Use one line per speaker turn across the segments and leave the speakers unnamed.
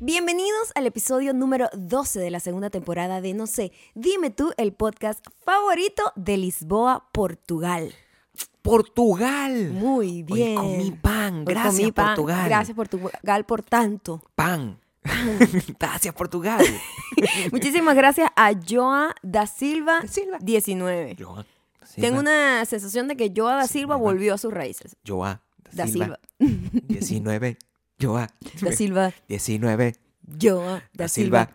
Bienvenidos al episodio número 12 de la segunda temporada de No sé, dime tú el podcast favorito de Lisboa, Portugal.
Portugal.
Muy
Hoy
bien.
comí pan.
Hoy
Gracias,
comí pan.
Portugal.
Gracias Portugal por tanto.
Pan. Gracias, Portugal.
Muchísimas gracias a Joa da Silva,
Da Silva.
19.
Joa. da Silva.
Tengo una sensación de que Joa da Silva
Silva.
volvió a sus raíces.
Joa.
Da Silva.
19. Joa.
Da Silva.
19.
Joa da Silva.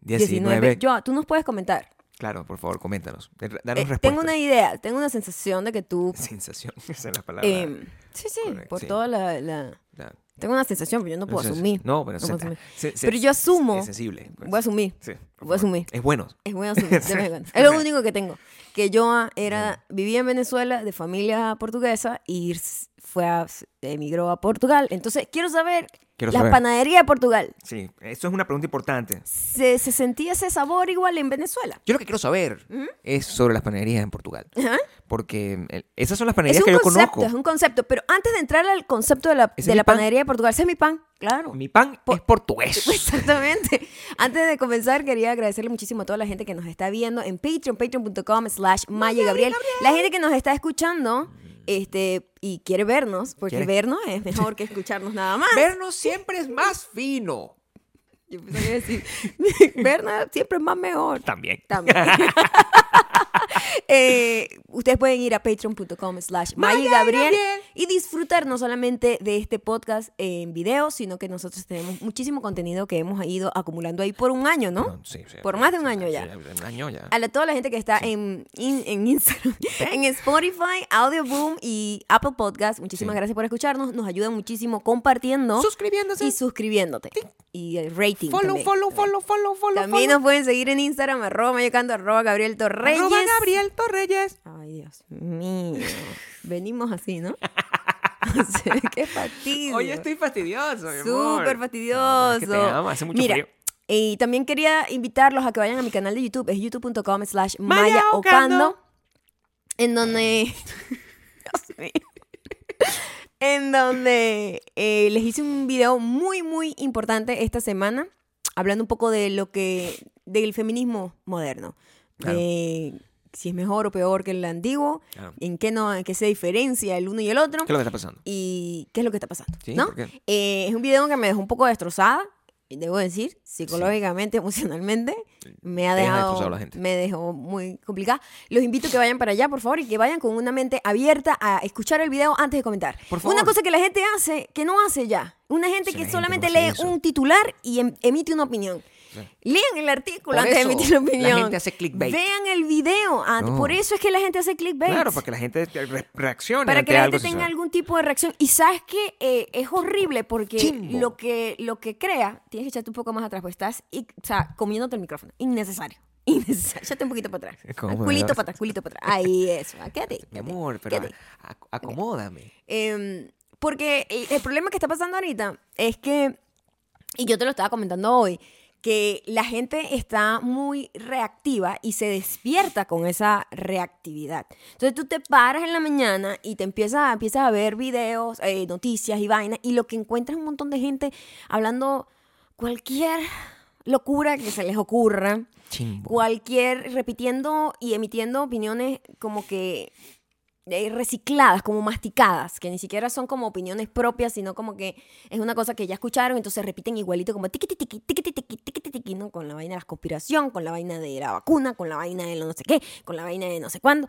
19.
Joa, tú nos puedes comentar.
Claro, por favor, coméntanos. De- Danos
Eh,
respuestas.
tengo una idea, tengo una sensación de que tú...
Sensación. Esa es la palabra.
eh, sí, sí,
Correcto,
por
sí.
toda la... la-
La-
Tengo una sensación, pero yo no puedo
Entonces,
asumir.
No, pero, se-
puedo asumir.
se- se-
Pero yo asumo-
Es sensible. pues.
Voy a asumir.
Sí, por
voy a
favor.
asumir.
Es bueno.
Es bueno asumir, de vez en cuando. Es lo único que tengo. Que Joa era, vivía en Venezuela de familia portuguesa y s- fue a, emigró a Portugal. Entonces, quiero saber,
Quiero
la
saber.
panadería de Portugal,
Sí, eso es una pregunta importante.
¿se, se sentía ese sabor igual en Venezuela?
Yo lo que quiero saber es sobre las panaderías en Portugal.
Ajá.
Porque eh, esas son las panaderías
Es
que
un
yo
concepto, es
conozco.
un concepto. Pero antes de entrar al concepto de la,
¿Ese
de la
es mi pan?
panadería de Portugal, ese es mi pan, claro.
Mi pan
Po-
es portugués.
Exactamente. Antes de comenzar, quería agradecerle muchísimo a toda la gente que nos está viendo en Patreon, patreon.com slash Maya Gabriel. La gente que nos está escuchando este, y quiere vernos, porque
¿Quiere?
vernos es mejor que escucharnos nada más.
Vernos siempre es más fino.
Yo pensé que iba a decir, vernos siempre es más mejor.
También.
También. Eh, ustedes pueden ir a patreon.com slash Maya Gabriel y disfrutar no solamente de este podcast en video, sino que nosotros tenemos muchísimo contenido que hemos ido acumulando ahí por un año, ¿no?
No, sí, sí,
Por más de un
sí,
año
sí,
ya.
Un año ya.
A la, toda la gente que está en, in- en Instagram, en Spotify, Audioboom y Apple Podcast, muchísimas
Sí.
gracias por escucharnos. Nos ayuda muchísimo compartiendo
Suscribiéndose.
y suscribiéndote. Y el rating.
Follow,
también.
follow, follow, follow, follow.
También nos pueden seguir en Instagram, arroba mayocando, arroba Gabriel
follow.
Torreyes.
Arroba Gabriel Torreyes.
Ay, Dios mío. Venimos así, ¿no? O sea, Qué fastidio.
Hoy estoy fastidioso, mi amor.
Súper
No,
fastidioso.
pero es que te amo, hace mucho
Mira,
frío.
Y también quería invitarlos a que vayan a mi canal de YouTube, es youtube.com slash
Maya
mayaocando,
Ocando.
en donde... Dios mío. en donde eh, les hice un video muy, muy importante esta semana, hablando un poco de lo que... del feminismo moderno.
Claro.
De si es mejor o peor que el antiguo,
Claro.
en qué, no, en qué se diferencia el uno y el otro
¿Qué Ah, es lo que está pasando?
y qué es lo que está pasando,
Sí,
¿no?
¿por qué?
Eh, es un video que me dejó un poco destrozada, debo decir, psicológicamente, emocionalmente, me ha
Te deja
dejado,
destrozado la gente.
me dejó muy complicada. Los invito a que vayan para allá, por favor, y que vayan con una mente abierta a escuchar el video antes de comentar.
Por favor.
Una cosa que la gente hace, que no hace ya, una gente
Sí,
que
la gente
solamente
no hace
lee
eso.
un titular y em- emite una opinión.
Sí.
Lean el artículo
Por
antes
eso
de emitir la
la
opinión.
gente hace clickbait.
Vean el video antes.
No.
Por eso es que la gente hace clickbait.
Claro, para que la gente re- reaccione.
Pues, Para
ante
que la
algo
gente tenga
sexual.
algún tipo de reacción. Y sabes que eh, es horrible porque
Chimbo.
lo que, lo que crea, tienes que echarte un poco más atrás, porque estás y- o sea, comiéndote el micrófono. Innecesario. Innecesario. Échate un poquito para atrás.
¿Cómo me
Culito
das?
para atrás, culito para atrás. Ahí eso. Ah, Quédate.
Mi
quédate,
amor, pero
quédate.
a- a- acomódame.
Em, porque el, el problema que está pasando ahorita es que, y yo te lo estaba comentando hoy, que la gente está muy reactiva y se despierta con esa reactividad. Entonces tú te paras en la mañana y te empiezas, empiezas a ver videos, eh, noticias y vainas, y lo que encuentras es un montón de gente hablando cualquier locura que se les ocurra
Chimbo.
cualquier repitiendo y emitiendo opiniones como que eh, recicladas, como masticadas, que ni siquiera son como opiniones propias, sino como que es una cosa que ya escucharon, entonces repiten igualito como tiqui tiqui tiqui tiqui tiqui tiqui, ¿no? con la vaina de la conspiración, con la vaina de la vacuna, con la vaina de lo no sé qué, con la vaina de no sé cuándo.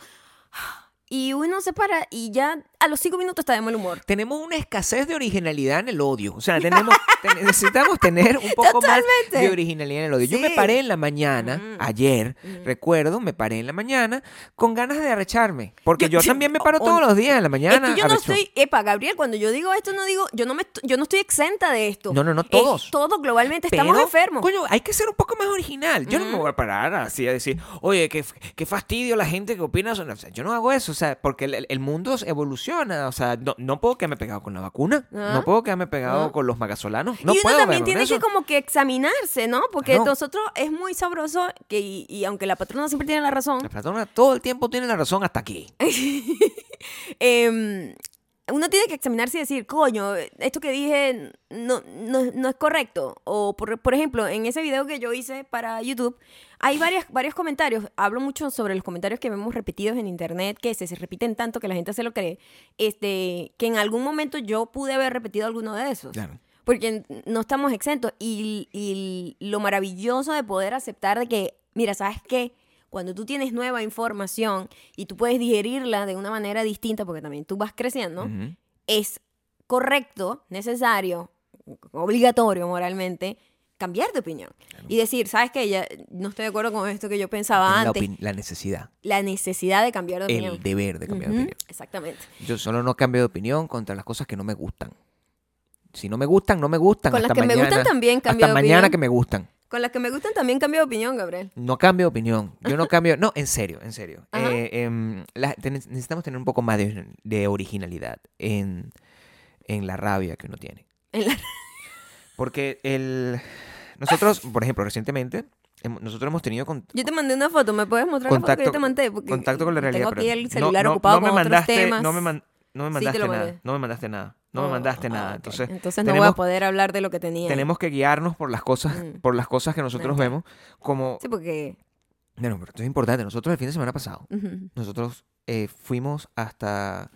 Y uno se para y ya a los cinco minutos está de mal humor.
tenemos una escasez de originalidad en el odio. O sea, tenemos, te- necesitamos tener un poco más
Totalmente.
de originalidad en el odio. Yo me
Sí.
paré en la mañana,
Ujú.
ayer, recuerdo, me paré en la mañana con ganas de arrecharme. Porque
Yo-
yo, también me paro
o-
todos los días en la
Es
mañana.
que yo no
arrecho.
estoy, epa, Gabriel, cuando yo digo esto no digo, yo no me, est- yo no estoy exenta de esto.
No, no, no,
Es
todos.
todos globalmente estamos
Pero,
enfermos.
Coño, hay que ser un poco más original. Yo no me voy a parar así a decir, oye, qué, qué fastidio la gente que opina. sobre-". O sea, yo no hago eso, o sea, porque el, el mundo evoluciona. O sea, no, no puedo quedarme pegado con la vacuna.
Ah.
No puedo quedarme pegado
Ah.
con los magasolanos. No
y uno
puedo
también
verme con
tiene
eso.
que como que examinarse, ¿no? Porque
Claro.
nosotros es muy sabroso que, y, y aunque la patrona siempre tiene la razón,
La persona todo el tiempo tiene la razón hasta aquí.
em, uno tiene que examinarse y decir, coño, esto que dije no, no, no es correcto. O, por, por ejemplo, en ese video que yo hice para YouTube, hay varias, varios comentarios. Hablo mucho sobre los comentarios que vemos repetidos en internet, que se, se repiten tanto que la gente se lo cree. Este, que en algún momento yo pude haber repetido alguno de esos.
Claro.
Porque no estamos exentos. Y, y lo maravilloso de poder aceptar de que, mira, ¿sabes qué? Cuando tú tienes nueva información y tú puedes digerirla de una manera distinta, porque también tú vas creciendo,
Ujú.
es correcto, necesario, obligatorio moralmente, cambiar de opinión. Y decir, ¿sabes qué? Ya, no estoy de acuerdo con esto que yo pensaba
Es la,
antes.
opin- la necesidad,
La necesidad de cambiar de opinión.
el deber de cambiar
Ujú,
de opinión.
Exactamente.
Yo solo no cambio de opinión contra las cosas que no me gustan. Si no me gustan, no me gustan.
Con las
hasta
que me
mañana-
gustan también cambio
Hasta
de
mañana
opinión.
que me gustan.
Con las que me gustan también cambio de opinión, Gabriel.
No cambio de opinión. Yo no cambio. No, en serio, en serio.
Ajá.
Eh, em, la- te- necesitamos tener un poco más de, de originalidad en, en la rabia que uno tiene.
En la-
Porque el. Nosotros, por ejemplo, recientemente, hemos- nosotros hemos tenido con-
Yo te mandé una foto, ¿me puedes mostrar la foto que yo te mandé? Porque
contacto con la realidad.
Tengo aquí
pero
el
no-
celular
no-
ocupado
no me
con
mandaste,
otros temas.
No me, man- no me
Sí, te
mandaste
lo mandé.
nada. No me mandaste nada. No me
Oh,
mandaste
ah,
nada.
ok.
Entonces,
Entonces no voy a
tenemos,
poder hablar de lo que tenía.
tenemos que guiarnos por las cosas,
Mm.
por las cosas que nosotros
Nada.
vemos. Como.
Sí, porque...
Bueno, pero esto es importante. Nosotros el fin de semana pasado,
ujú.
nosotros eh, fuimos hasta,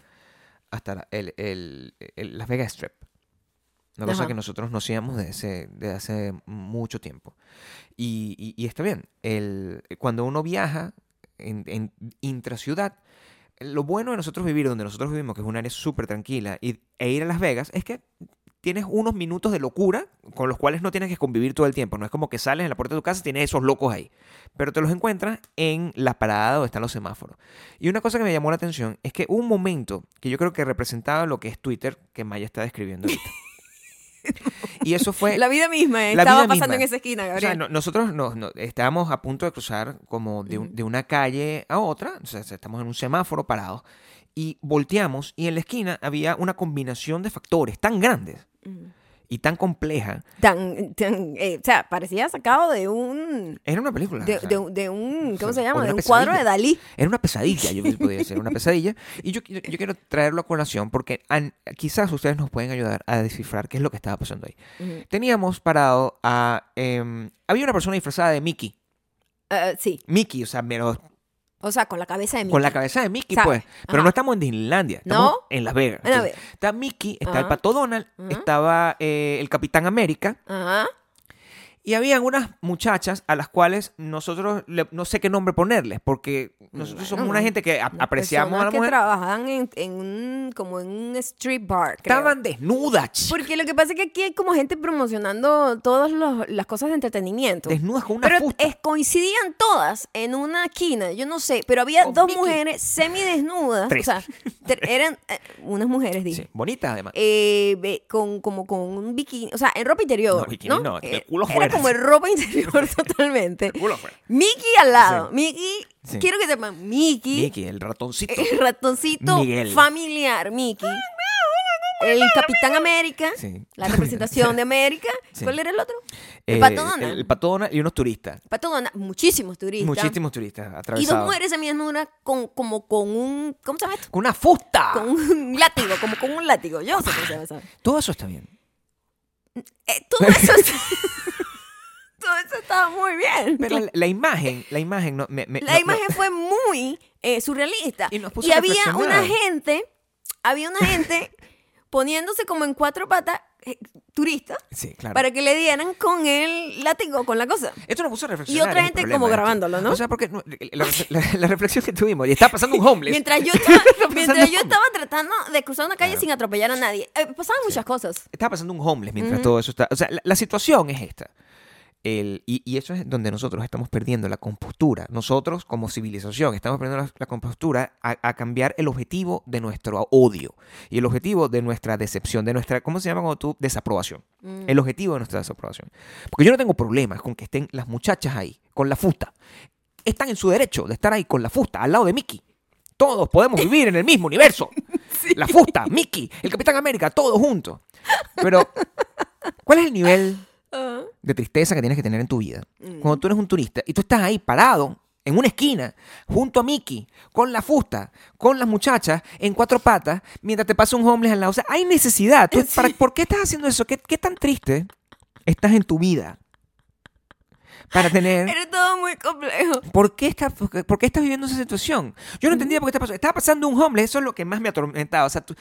hasta la- el, el- el- Las Vegas Strip. Una cosa
Ajá.
que nosotros no hacíamos desde hace, desde hace mucho tiempo. Y, y- y está bien. El, cuando uno viaja en, en intraciudad, lo bueno de nosotros vivir donde nosotros vivimos, que es un área súper tranquila, y, e ir a Las Vegas, es que tienes unos minutos de locura con los cuales no tienes que convivir todo el tiempo. No es como que sales en la puerta de tu casa y tienes esos locos ahí. Pero te los encuentras en la parada donde están los semáforos. Y una cosa que me llamó la atención es que hubo un momento que yo creo que representaba lo que es Twitter, que Maya está describiendo ahorita. y eso fue...
La vida misma eh,
La
estaba
vida
pasando
misma.
en esa esquina,
O sea,
Gabriel.
no- nosotros no, no- estábamos a punto de cruzar como de, un-
Ujú.
de una calle a otra, o sea, estamos en un semáforo parados, y volteamos y en la esquina había una combinación de factores tan grandes
Ujú.
y tan compleja.
Tan, tan, eh, o sea, parecía sacado de un...
Era una película.
De,
o sea,
de un- de un, ¿cómo
o
se
sea,
llama?
una
De un cuadro de
pesadilla.
Dalí.
Era una pesadilla, yo pienso que podría ser una pesadilla. Y yo, qui- yo quiero traerlo a colación porque an- quizás ustedes nos pueden ayudar a descifrar qué es lo que estaba pasando ahí.
Ujú.
Teníamos parado a... em, había una persona disfrazada de Mickey.
Eh, sí,
Mickey, o sea, menos
o sea, con la cabeza de mi
Con la cabeza de Mickey,
¿Sabe?
pues. Pero
Ajá.
no estamos en Disneylandia, estamos
No.
en Las Vegas.
En Las
Entonces, está Mickey, está el
Ajá.
Pato Donald,
Ajá.
estaba eh, el Capitán América.
Ajá.
Y había unas muchachas a las cuales nosotros, le- no sé qué nombre ponerles, porque nosotros
Mm, Bueno,
somos una gente que a-
Unas
apreciamos a
personas
la
que
mujer.
trabajaban en, en un, como en un street bar, creo.
Estaban desnudas, chicas,
Porque lo que pasa es que aquí hay como gente promocionando todas los- las cosas de entretenimiento.
desnudas con una
Pero
fusta.
es- coincidían todas en una esquina, yo no sé, pero había
Con
dos
Mickey.
mujeres semidesnudas,
Tres.
o sea, ter- eran eh, unas mujeres, dije.
Sí, bonitas además.
Eh, ve- con como con un bikini, o sea, en ropa interior,
No, bikini no, de
Eh,
culo
era
fuera.
como en ropa interior totalmente.
Culo fuera.
Mickey al lado, Mickey,
Sí.
quiero que sepan, Mickey,
Mickey, el ratoncito.
el ratoncito
Miguel.
familiar, Mickey. El Capitán América,
Sí.
la representación de América.
Sí.
¿Cuál era el otro? El
Eh,
Pato Donald.
el- el Pato Donald y unos turistas.
Pato Donald, muchísimos turistas.
Muchísimos turistas
Y dos
atravesados.
mujeres semidesnudas con, como con un. ¿Cómo se llama esto?
Con una fusta.
Con un látigo, como con un látigo. Yo no sé cómo se llama eso.
Todo eso está bien.
Eh, todo eso. es- todo eso estaba muy bien.
Pero la, la imagen, la imagen no, me- me-
La
no- no-
imagen fue muy eh, surrealista.
Y nos puso a
había
reflexionar.
una gente, había una gente poniéndose como en cuatro patas, eh, turista,
Sí, claro.
para que le dieran con el látigo, con la cosa.
Esto nos puso a reflexionar.
otra
es el
gente
problema
como
de esto.
grabándolo, ¿no?
O sea, porque no- la, la- la reflexión que tuvimos, y estaba pasando un homeless.
Mientras yo estaba,
Estaba
mientras
pasando
yo
un
estaba tratando de cruzar una calle
Claro.
sin atropellar a nadie. Eh, pasaban muchas cosas.
estaba pasando un homeless mientras todo eso está. O sea, la, la situación es esta. El- y, y eso es donde nosotros estamos perdiendo la compostura. Nosotros, como civilización, estamos perdiendo la, la compostura a, a cambiar el objetivo de nuestro odio y el objetivo de nuestra decepción, de nuestra, ¿cómo se llama cuando tú? Desaprobación. El objetivo de nuestra desaprobación. Porque yo no tengo problemas con que estén las muchachas ahí, con la fusta. Están en su derecho de estar ahí con la fusta, al lado de Mickey. Todos podemos vivir en el mismo universo. La fusta, Mickey, el Capitán América, todos juntos. Pero, ¿cuál es el nivel
Ah.
de tristeza que tienes que tener en tu vida? Cuando tú eres un turista y tú estás ahí parado en una esquina, junto a Mickey, con la fusta, con las muchachas, en cuatro patas, mientras te pasa un homeless al lado. O sea, hay necesidad. Tú, para- ¿Por qué estás haciendo eso? ¿Qué, qué tan triste estás en tu vida? Para tener...
Era todo muy complejo.
¿Por qué, está- por qué- por qué estás viviendo esa situación? Yo no entendía por qué está pasando. Estaba pasando un homeless, eso es lo que más me atormentaba. O sea, tú,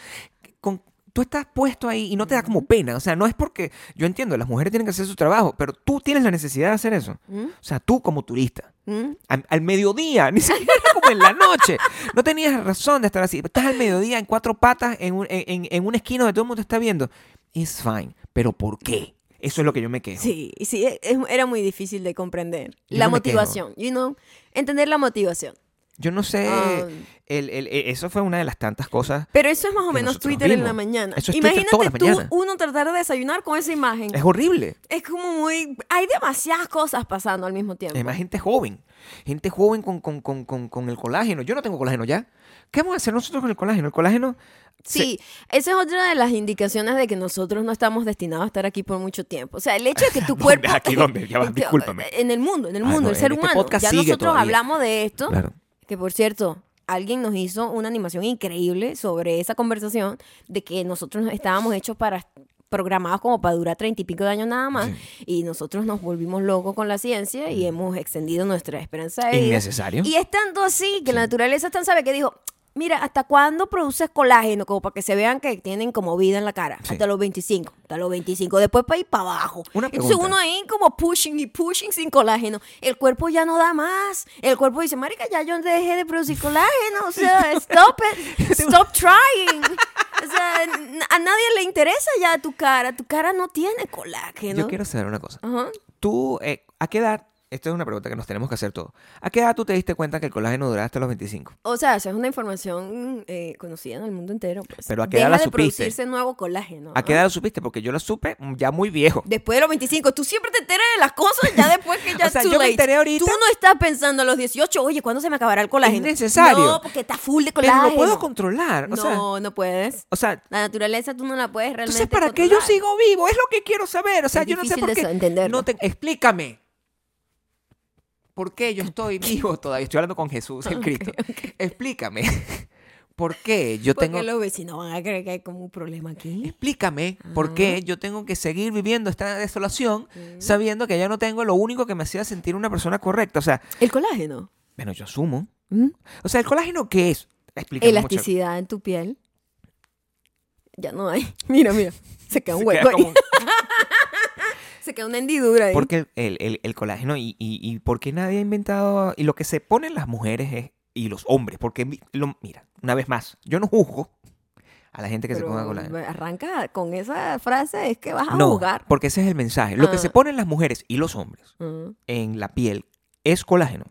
con- tú estás puesto ahí y no te da como pena. O sea, no es porque. Yo entiendo, las mujeres tienen que hacer su trabajo, pero tú tienes la necesidad de hacer eso.
¿Mm?
O sea, tú como turista.
¿Mm?
Al, al mediodía, ni siquiera como en la noche. No tenías razón de estar así. Estás al mediodía en cuatro patas en, un- en, en- en una esquina donde todo el mundo está viendo. It's fine. Pero ¿por qué? Eso es lo que yo me quejo.
Sí, sí, e- es- era muy difícil de comprender.
Yo
la
me quejo.
motivación, you know, entender la motivación.
Yo no sé.
Ah.
el- el- el- eso fue una de las tantas cosas
Pero eso es más o
Que
menos
nosotros
Twitter en la
vimos.
mañana.
Eso es Twitter
Imagínate
todas las
tú,
mañanas.
uno tratar de desayunar con esa imagen.
Es horrible.
Es como muy... Hay demasiadas cosas pasando al mismo tiempo.
Además, gente joven. Gente joven con, con, con, con, con el colágeno. Yo no tengo colágeno ya. ¿Qué vamos a hacer nosotros con el colágeno? El colágeno. se-
Sí, esa es otra de las indicaciones de que nosotros no estamos destinados a estar aquí por mucho tiempo. O sea, el hecho de que tu
¿Dónde?
cuerpo...
¿Aquí dónde? Ya va,
Este,
discúlpame.
En el mundo, en el
Ah,
mundo,
no,
el ser
en este
humano.
podcast
ya
sigue
nosotros
todavía.
hablamos de esto,
Claro.
que por cierto, alguien nos hizo una animación increíble sobre esa conversación de que nosotros estábamos hechos para programados como para durar treinta y pico de años nada más y nosotros nos volvimos locos con la ciencia
Mm.
y hemos extendido nuestra esperanza de vida.
Innecesario.
Y es tanto así que la naturaleza es tan sabe que dijo, mira, ¿hasta cuándo produces colágeno? Como para que se vean que tienen como vida en la cara.
Sí.
Hasta los 25, hasta los 25. Después para ir para abajo.
Una
Entonces
pregunta.
uno ahí como pushing y pushing sin colágeno. El cuerpo ya no da más. El cuerpo dice, marica, ya yo dejé de producir colágeno. O sea, stop it. Stop trying. O sea, n- a nadie le interesa ya tu cara. Tu cara no tiene colágeno.
Yo quiero saber una cosa.
Ajá.
Tú, eh, ¿a qué edad? Esta es una pregunta que nos tenemos que hacer todos. ¿A qué edad tú te diste cuenta que el colágeno duraba hasta los 25?
O sea, esa es una información eh, conocida en el mundo entero. pues.
Pero ¿a qué edad la
Deja de
supiste?
producirse nuevo colágeno.
¿A qué
¿ah?
edad lo supiste? Porque yo lo supe ya muy viejo.
Después de los 25. Tú siempre te enteras de las cosas ya después que ya
O sea,
too
yo me
late.
enteré ahorita.
Tú no estás pensando a los 18, oye, ¿cuándo se me acabará el colágeno?
necesario.
No, porque está full de
Pero
colágeno.
lo puedo controlar. O
no,
sea,
no puedes.
o sea
La naturaleza tú no la puedes realmente
entonces, ¿para qué yo
controlar.
sigo vivo? Es lo que quiero saber. O sea,
Es
yo no sé
difícil
por
de
qué.
sa- entenderlo.
No te- explícame. ¿Por qué yo estoy vivo todavía? Estoy hablando con Jesús, el Cristo. Explícame. ¿Por qué yo
Porque
tengo. Eh,
los vecinos van a creer que hay como un problema aquí.
Explícame por
Ah.
qué yo tengo que seguir viviendo esta desolación sabiendo que ya no tengo lo único que me hacía sentir una persona correcta. O sea,
El colágeno.
bueno, yo asumo.
¿Mm?
O sea, ¿el colágeno qué es? Explícame. muchacho.
Elasticidad en tu piel. Ya no hay. Mira, mira. Se queda un
Se
hueco
queda
ahí.
como un-
Se queda una hendidura ahí.
Porque el, el- el colágeno y, y, y por qué nadie ha inventado... Y lo que se ponen las mujeres es- y los hombres, porque mi- lo- mira, una vez más, yo no juzgo a la gente que se
Pero
ponga colágeno.
arranca con esa frase, es que vas a
no,
jugar.
porque ese es el mensaje. Lo que
Ah.
se ponen las mujeres y los hombres
Ujú.
en la piel es colágeno.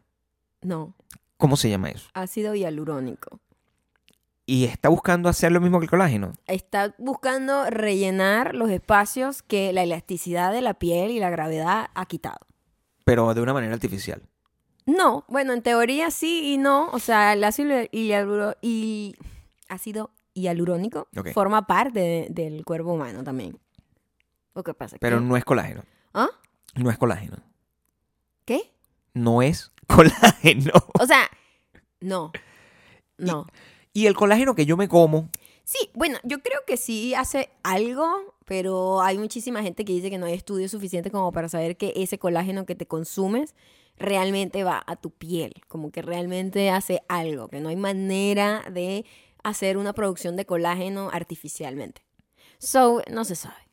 Mm, No,
¿Cómo se llama eso?
ácido hialurónico.
Y está buscando hacer lo mismo que el colágeno.
Está buscando rellenar los espacios que la elasticidad de la piel y la gravedad ha quitado.
pero de una manera artificial.
No, bueno, en teoría sí y no. O sea, el ácido hialuro- y ácido hialurónico
Ok.
forma parte de- del cuerpo humano también. ¿O qué pasa?
Pero
¿Qué?
no es colágeno.
¿Ah?
No es colágeno.
¿Qué?
No es colágeno.
O sea, no. No.
Y el colágeno que yo me como,
Sí, bueno, yo creo que sí hace algo, pero hay muchísima gente que dice que no hay estudios suficientes como para saber que ese colágeno que te consumes realmente va a tu piel, como que realmente hace algo, que no hay manera de hacer una producción de colágeno artificialmente. So, no se sabe.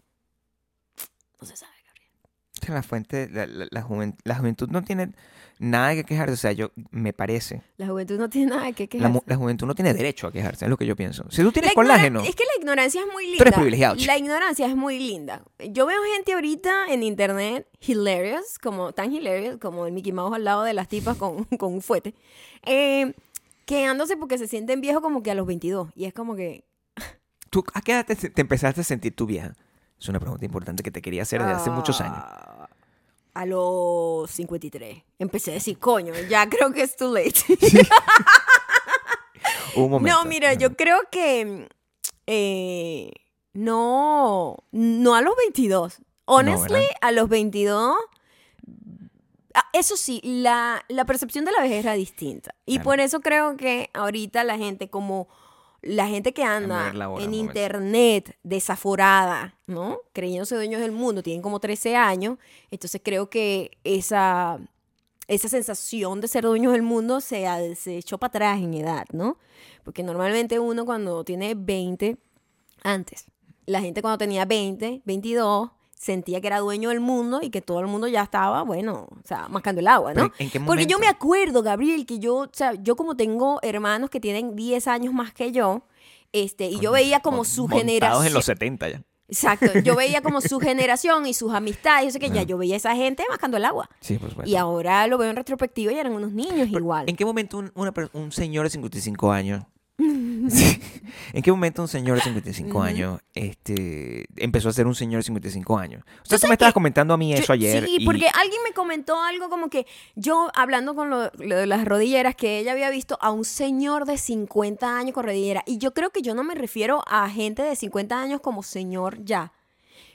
No se sabe. Gabriel.
o sea, la fuente, la, la- la juven- la juventud no tiene nada que quejarse. O sea, yo me parece.
La juventud no tiene nada que
La,
quejarse.
mu- la juventud no tiene derecho a quejarse, es lo que yo pienso. Si tú tienes
La ignora-
colágeno,
Es que la ignorancia es muy linda.
eres privilegiado, chico.
La ignorancia es muy linda. Yo veo gente ahorita en internet hilarious, como tan hilarious como el Mickey Mouse al lado de las tipas con, con un fuete, eh, quedándose porque se sienten viejos como que a los 22. Y es como que...
¿tú a qué edad te, te empezaste a sentir tu vieja? Es una pregunta importante que te quería hacer desde hace muchos años.
ah, A los 53. Empecé a decir, coño, ya creo que es too late.
Hubo un momento.
No, mira, yo creo que eh, no, no a los 22. Honestly,
¿verdad?
a los 22, Ah, Eso sí, la, la percepción de la vejez era distinta. Y
Claro.
por eso creo que ahorita la gente, como la gente que anda
ver la hora,
en
un momento.
internet desaforada, ¿no? Creyéndose dueños del mundo, tienen como 13 años. Entonces creo que esa, esa sensación de ser dueños del mundo se, ha- se echó para atrás en edad, ¿no? Porque normalmente uno cuando tiene 20, antes. La gente cuando tenía 20, 22, sentía que era dueño del mundo y que todo el mundo ya estaba, bueno, o sea, mascando el agua, ¿no?
Pero, ¿en qué
Porque yo
momento?
me acuerdo, Gabriel, que yo, o sea, yo como tengo hermanos que tienen 10 años más que yo, este, y yo veía como
Mon-
su
montados
generación.
en los 70 ya.
Exacto, yo veía como su generación y sus amistades, yo sé que ya yo veía a esa gente mascando el agua.
Pues Sí, por supuesto.
Y ahora lo veo en retrospectiva y eran unos niños
Pero,
igual.
¿En qué momento un, una per- un señor de 55 años... Sí. ¿En qué momento un señor de 55 años este, empezó a ser un señor de 55 años? O sea, tú me estabas comentando a mí
Yo-
eso ayer.
Sí,
y-
porque alguien me comentó algo como que yo, hablando con lo, lo de las rodilleras, que ella había visto a un señor de 50 años con rodillera. Y yo creo que yo no me refiero a gente de 50 años como señor ya.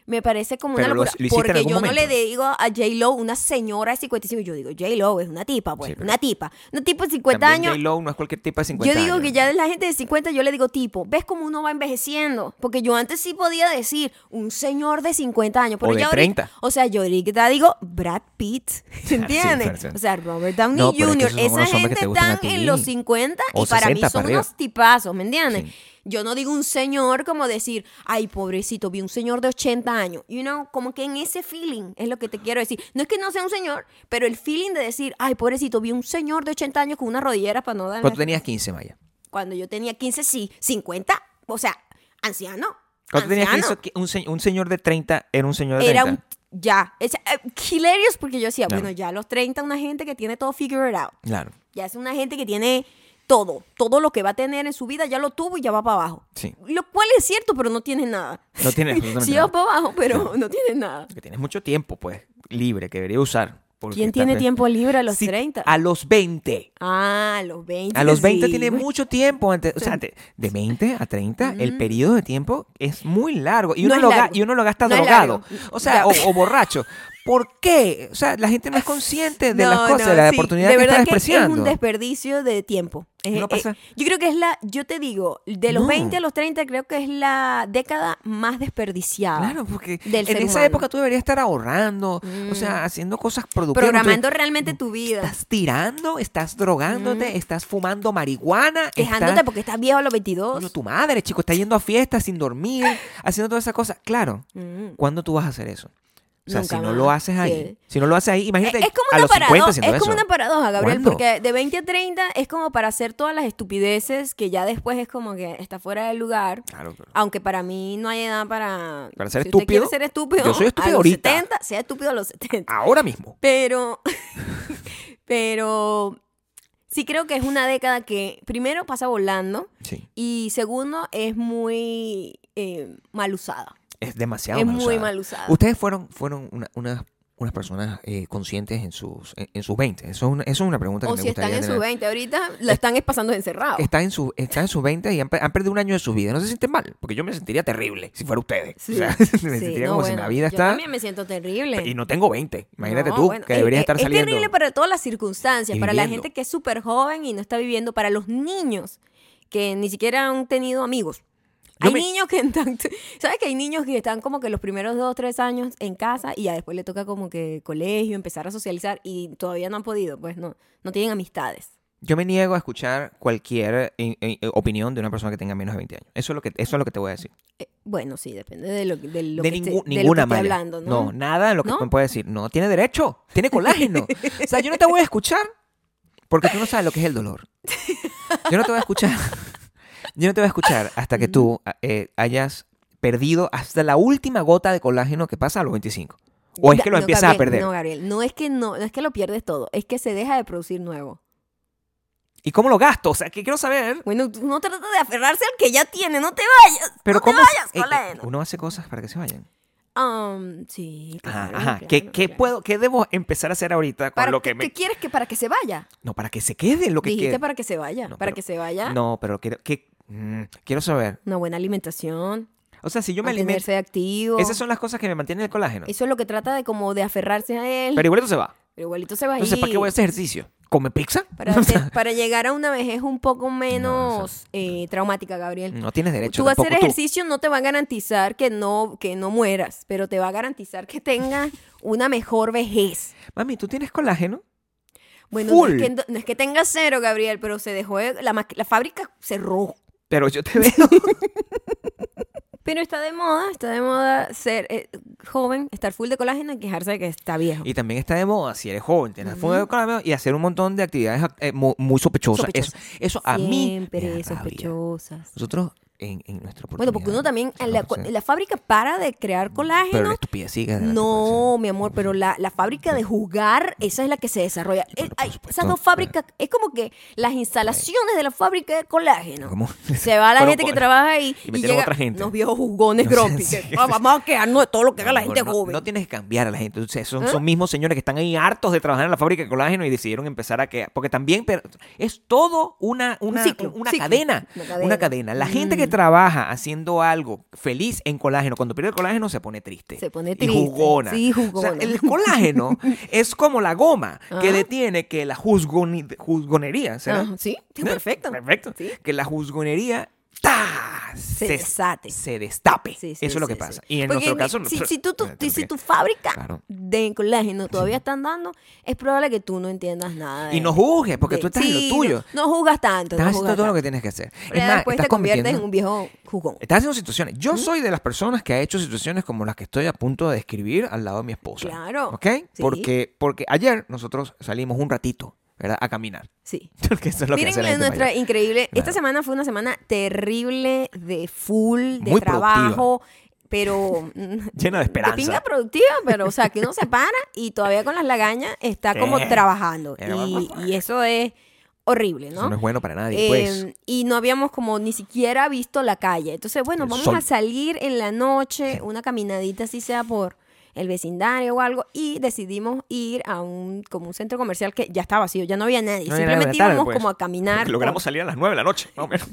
Me parece como
Pero
una
lo-
locura.
lo hiciste en
porque
algún
yo no
momento.
le digo a J-Lo una señora de 55. Yo digo, J-Lo es una tipa, pues,
Sí, pero-
una tipa. Una tipa de 50
también
años.
J-Lo no es cualquier tipo de 50
Yo digo
años.
que ya de la gente de 50 yo le digo tipo, ¿ves cómo uno va envejeciendo? Porque yo antes sí podía decir un señor de 50 años, pero
O de
ya ahorita-
30.
o sea, yo ahorita digo Brad Pitt,
Sí,
¿entiendes?
parece.
o sea, Robert Downey
No, pero es que
Jr.
esos
Esa
son unos hombres que
gente
te gustan a
están
ti.
en los 50 y
O
para mí
60
son
para arriba.
unos tipazos, ¿me entiendes?
Sí.
Yo no digo un señor como decir, ay, pobrecito, vi un señor de 80 años. You know, como que en ese feeling es lo que te quiero decir. No es que no sea un señor, pero el feeling de decir, ay, pobrecito, vi un señor de 80 años con unas rodilleras para no darle
Cuando tú tenías 15, Maya.
cuando yo tenía 15, sí. 50, o sea, anciano.
Cuando tú tenías
anciano.
15, que un, se- un señor de 30 era un señor de
Era
30.
un. Ya. Es, eh, hilarious porque yo decía,
Claro.
bueno, ya a los 30, una gente que tiene todo figured out.
Claro,
Ya es una gente que tiene todo. Todo lo que va a tener en su vida ya lo tuvo y ya va para abajo.
sí.
Lo cual es cierto, pero no tiene nada.
No tienes absolutamente
Sí
nada.
va para abajo, pero no tiene nada.
Que tienes mucho tiempo, pues, libre, que debería usar. porque
¿Quién
estás
tiene
pe-
tiempo libre a los
Sí,
30?
A los 20.
Ah, a los 20.
A los 20
sí.
tiene mucho tiempo. Antes, o sea, te- de 20 a 30, el periodo de tiempo es muy largo. Y
No
uno,
es
lo, ga-
largo.
Y uno lo gasta
No es
drogado.
largo.
O sea,
Ya.
o, o borracho. ¿Por qué? O sea, la gente no es consciente de las
No,
cosas,
no,
de la
sí.
oportunidad
De
que está
verdad es un
despreciando.
desperdicio de tiempo. Es-
No
eh,
pasa.
yo creo que es la, yo te digo, de los
No.
20 a los 30 creo que es la década más desperdiciada.
Claro, porque
Ah, Del
en
ser
esa
humano. Mm.
época tú deberías estar ahorrando, o sea, haciendo cosas productivas.
Programando
Tú
realmente tu vida.
Estás tirando, estás drogándote, estás fumando marihuana,
Mm. Quejándote
estás-
porque estás viejo a los
Coño,
22.
tu madre, chico, está yendo a fiestas sin dormir, haciendo todas esas cosas. Claro,
Mm.
¿cuándo tú vas a hacer eso? O sea,
Nunca
si no
más.
lo haces ahí,
Sí.
si no lo haces ahí,
Es
imagínate
es como
a
una
los 50
paradoja,
haciendo
es como
eso.
una paradoja, Gabriel,
¿Cuándo?
porque de 20 a 30 es como para hacer todas las estupideces que ya después es como que está fuera del lugar.
Claro, claro.
Aunque para mí no hay edad para...
Para ser
si usted quiere
estúpido,
ser estúpido,
yo soy estúpido
a los
ahorita.
70, sea estúpido a los 70.
Ahora mismo.
Pero, pero sí creo que es una década que primero pasa volando
Sí.
y segundo es muy eh, mal usada.
Es demasiado
es
mal
muy
usada.
mal usada.
Ustedes fueron, fueron una- una- unas personas eh, conscientes en sus, en, en sus 20. Eso es una, eso es una pregunta que
O
me
si están
gustaría
en
tener.
sus 20 ahorita, la están es pasando encerrado.
Está en, su, está en sus 20 y han, pe- han perdido un año de su vida. No se sienten mal, porque yo me sentiría terrible si fuera ustedes.
Sí.
O sea, me
Sí,
sentiría
no,
como si
bueno,
la vida
Yo
está.
también me siento terrible.
Y no tengo 20. Imagínate
No,
tú,
bueno,
que
es-
deberías
es-
estar saliendo.
Es terrible para todas las circunstancias,
Y
para la
viviendo.
gente que es súper joven y no está viviendo, para los niños que ni siquiera han tenido amigos.
Yo
hay
me-
niños que están, ¿sabes que hay niños que están como que los primeros dos, tres años en casa y ya después le toca como que colegio, empezar a socializar y todavía no han podido, pues no, no tienen amistades.
Yo me niego a escuchar cualquier eh, eh, opinión de una persona que tenga menos de 20 años. Eso es lo que, eso es lo que te voy a decir.
Eh, bueno, sí, depende de lo, de lo
de
que esté- de lo
ningú-
que
ninguna
esté
malla.
hablando, ¿no?
no, nada de lo que
¿No?
me puede decir. No, tiene derecho. Tiene colágeno. o sea, yo no te voy a escuchar porque tú no sabes lo que es el dolor. Yo no te voy a escuchar. Yo no te voy a escuchar hasta que tú eh, hayas perdido hasta la última gota de colágeno que pasa a los 25. O es
Da-
que lo
no,
empiezas a
Gabriel,
perder.
No, Gabriel, no es que no, no es que lo pierdes todo, es que se deja de producir nuevo.
¿Y cómo lo gasto? O sea, que quiero saber.
Bueno, tú no trata de aferrarse al que ya tiene, no te vayas.
Pero
no
cómo
te vayas,
eh, eh,
colágeno.
uno hace cosas para que se vayan.
Um, sí,
Ajá,
claro,
ajá.
claro,
¿Qué, qué
claro.
puedo, qué debo empezar a hacer ahorita con
Para
lo
que-
que me...
¿Qué quieres que para que se vaya?
No, para que se quede lo que
Dijiste
quiero.
para que se vaya,
No,
para
pero-
que se vaya.
No, pero quiero, que, mm, quiero saber.
Una buena alimentación,
O sea, si yo me alimento...
mantenerse activo.
Esas son las cosas que me mantienen el colágeno.
Eso es lo que trata de como de aferrarse a él.
Pero igual se va.
Pero igualito se va a ir.
Entonces, ¿para qué voy a hacer ejercicio? ¿Come pizza?
Para,
O sea,
te- para llegar a una vejez un poco menos eh, traumática, Gabriel.
no tienes derecho
tú hacer
tampoco, tú.
ejercicio no te va a garantizar que no, que no mueras, pero te va a garantizar que tengas una mejor vejez.
Mami, ¿tú tienes colágeno?
Bueno, no
Full.
es, que, no es que tengas cero, Gabriel, pero se dejó, de- la, maqui- la fábrica cerró.
Pero yo te veo.
Pero está de moda, está de moda ser eh, joven, estar full de colágeno y quejarse de que está viejo.
Y también está de moda, si eres joven, tener fuego de colágeno y hacer un montón de actividades eh, mu- muy sospechosas.
Sospechosas.
Eso, eso a mí. me da
Siempre
rabia.
sospechosas.
Nosotros, en, en nuestra
Bueno, porque uno
oportunidad,
también,
o sea,
la,
no sé,
la fábrica para de crear
Mm, Pero la
colágeno.
estupidez sigue adelante,
No,
pues,
mi amor, pero la, la fábrica de jugar, esa es la que se desarrolla. Eh, Es- hay- esas
supuesto.
dos fábricas, es como que las instalaciones de la fábrica de colágeno.
¿Cómo?
Se va la
Fueron
gente que
por-
trabaja ahí
y
y,
metieron
llega
otra gente.
los viejos jugones
No sé,
grumpy.
sí.
que, "Ah, vamos a quedarnos de todo lo que haga la
No,
gente
no,
joven.
No tienes que cambiar a la gente. O sea, son,
¿Ah?
son mismos señores que están ahí hartos de trabajar en la fábrica de colágeno y decidieron empezar a que. Porque también pero, es todo una, una,
ciclo,
una
ciclo.
cadena.
Una
Una
cadena. Mm.
cadena. La gente que trabaja haciendo algo feliz en colágeno, cuando pierde el colágeno se pone triste.
Se pone
Y
triste.
jugona.
Sí,
O sea,
jugona.
el colágeno es como la goma
Ah.
que detiene que la juzgoni- juzgonería. ¿será?
Ajá, sí, sí,
¿Eh?
perfecto.
Perfecto.
Sí.
Que la juzgonería. ¡ta! Se,
desate.
Se destape.
Sí, sí,
Eso es lo
sí,
que
sí.
pasa. Y en
Porque
nuestro caso.
Si,
no-
si tú, tú-
no,
si
también.
tu fábrica
Claro.
de colágeno todavía están dando, es probable que tú no entiendas nada. de-
Y no juzgues, porque
de-
tú estás
Sí,
en lo tuyo.
No, no jugas tanto.
Estás
no
haciendo
jugas
todo lo
tanto.
que tienes que hacer.
Pero
Es más,
después
estás
te conviertes
cometiendo-
en un viejo jugón.
Estás haciendo situaciones. Yo soy de las personas que ha hecho situaciones como las que estoy a punto de describir al lado de mi esposa.
Claro.
¿Ok?
Sí.
Porque, porque ayer nosotros salimos un ratito, ¿verdad? A caminar.
Sí.
Porque eso es lo que
Miren
hace
la-
la gente
nuestra
mayor.
increíble. Esta
Claro.
semana fue una semana terrible de full, de
Muy
trabajo, pero.
Llena de esperanza.
De pinga productiva, pero o sea, que uno se para y todavía con las lagañas está
Sí.
como trabajando. Y,
Pero Eh, vamos
y eso es horrible,
Eso no
¿no?
es bueno para nadie,
Eh,
pues.
y no habíamos como ni siquiera visto la calle. Entonces, bueno,
El
vamos
sol.
a salir en la noche, una caminadita, si sea por el vecindario o algo, y decidimos ir a un, como un centro comercial que ya estaba vacío, ya no había nadie.
No había nada de
Simplemente
la tarde,
íbamos
pues.
como a caminar.
Porque
por-
Logramos salir a las 9 de la noche, más o menos.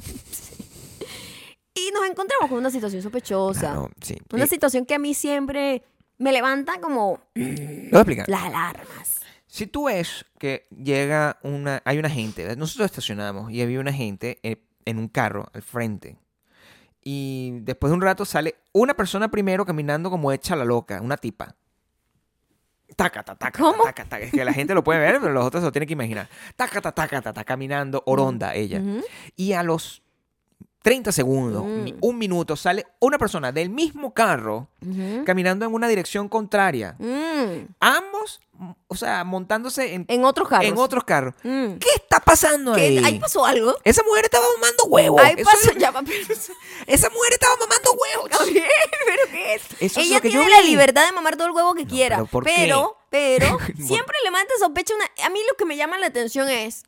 y nos encontramos con una situación sospechosa.
Claro, Eh. sí.
Una
Y-
situación que a mí siempre me levanta como
Lo voy a explicar.
las alarmas.
Si tú ves que llega una, hay una gente, nosotros estacionamos y había una gente eh, en un carro al frente. Y después de un rato sale una persona primero caminando como hecha la loca, una tipa. Taca, taca, taca,
¿Cómo?
taca, taca. Es que la gente lo puede ver, pero los otros se lo tienen que imaginar. Taca, taca, taca, taca, caminando,
Mm.
oronda ella.
Ujú.
Y a los 30 segundos,
Mm.
mi- un minuto, sale una persona del mismo carro
Ujú.
caminando en una dirección contraria.
Mm.
Ambos, o sea, montándose en
En otros carros.
en otros carros.
Mm.
¿Qué está pasando
¿Qué?
ahí?
Ahí pasó algo.
Esa mujer estaba mamando huevos.
Ahí
Eso
pasó.
es lo-
Ya, va, pero-
Esa mujer estaba mamando huevos.
Gabriel, ¿pero qué es?
Eso es
Ella
lo que
tiene
yo
la
vi.
libertad de mamar todo el huevo que quiera.
pero ¿por qué?
pero, pero,
¿Por-
siempre le manda sospecha una. A mí lo que me llama la atención es.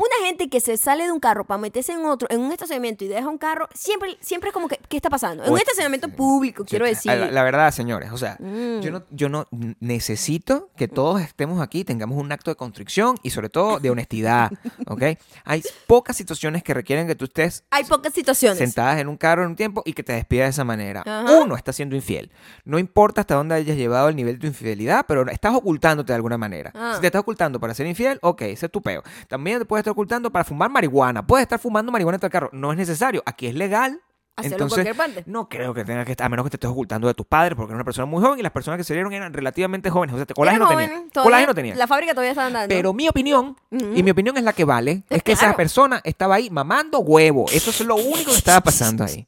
Una gente que se sale de un carro para meterse en otro, en un estacionamiento y deja un carro, siempre, siempre es como que, ¿qué está pasando? En un
Oye,
estacionamiento público, quiero
Sí,
decir.
La, la verdad, señores, o sea,
Mm.
yo, no, yo no necesito que todos estemos aquí, tengamos un acto de constricción y sobre todo de honestidad, ¿ok? Hay pocas situaciones que requieren que tú estés
Hay pocas situaciones.
sentadas en un carro en un tiempo y que te despidas de esa manera.
Ajá.
Uno está siendo infiel. No importa hasta dónde hayas llevado el nivel de tu infidelidad, pero estás ocultándote de alguna manera.
Ah.
Si te estás ocultando para ser infiel, ok, ese es tu peo. También te puedes estar ocultando para fumar marihuana. Puedes estar fumando marihuana en tu carro. No es necesario. Aquí es legal.
Hacerlo en
Entonces,
cualquier parte.
no creo que tengas que estar, a menos que te estés ocultando de tus padres, porque eres una persona muy joven y las personas que se dieron eran relativamente jóvenes. O sea, te- colágeno
Era
tenía.
joven, todavía-
Colágeno tenía.
La fábrica todavía está andando.
Pero mi opinión, y mi opinión es la que vale,
Eh,
es que
claro.
esa persona estaba ahí mamando huevo. Eso es lo único que estaba pasando ahí.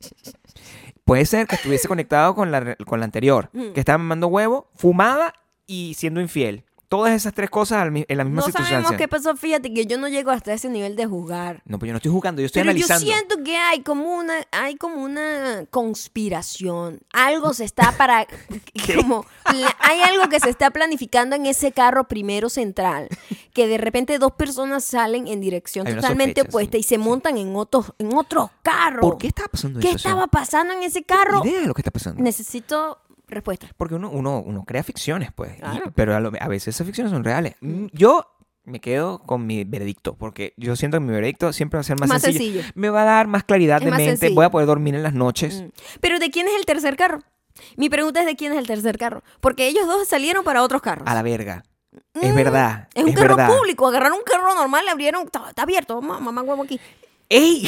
Puede ser que estuviese conectado con la, re- con la anterior, que estaba mamando huevo, fumada y siendo infiel. Todas esas tres cosas al mi- en la misma
no
circunstancia.
sabemos qué pasó, fíjate que yo no llego hasta ese nivel de juzgar.
No, pues yo no estoy jugando, yo estoy
Pero
analizando.
yo siento que hay como una, hay como una conspiración. Algo se está para como pla- hay algo que se está planificando en ese carro primero central. Que de repente dos personas salen en dirección
Hay una
totalmente
sospecha,
opuesta
sí,
y se montan en otros, en otros carros.
¿Por qué estaba pasando
¿Qué
eso? Sue?
estaba pasando en ese carro?
Idea de lo que está pasando.
Necesito respuesta.
Porque uno, uno, uno crea ficciones, pues. y-
Claro.
pero a, lo- a veces esas ficciones son reales. Mm, Yo me quedo con mi veredicto, porque yo siento que mi veredicto siempre va a ser más,
Más
sencillo.
sencillo.
Me va a dar más claridad
Es
de
más
mente,
sencillo.
voy a poder dormir en las noches.
Mm. Pero ¿de quién es el tercer carro? Mi pregunta es de quién es el tercer carro. Porque ellos dos salieron para otros carros.
A la verga. Es verdad.
pues Mm, Es un
es
carro
verdad.
público. Agarraron un carro normal, le abrieron. Está, está abierto. Mamá, mamá huevo aquí.
¡Ey!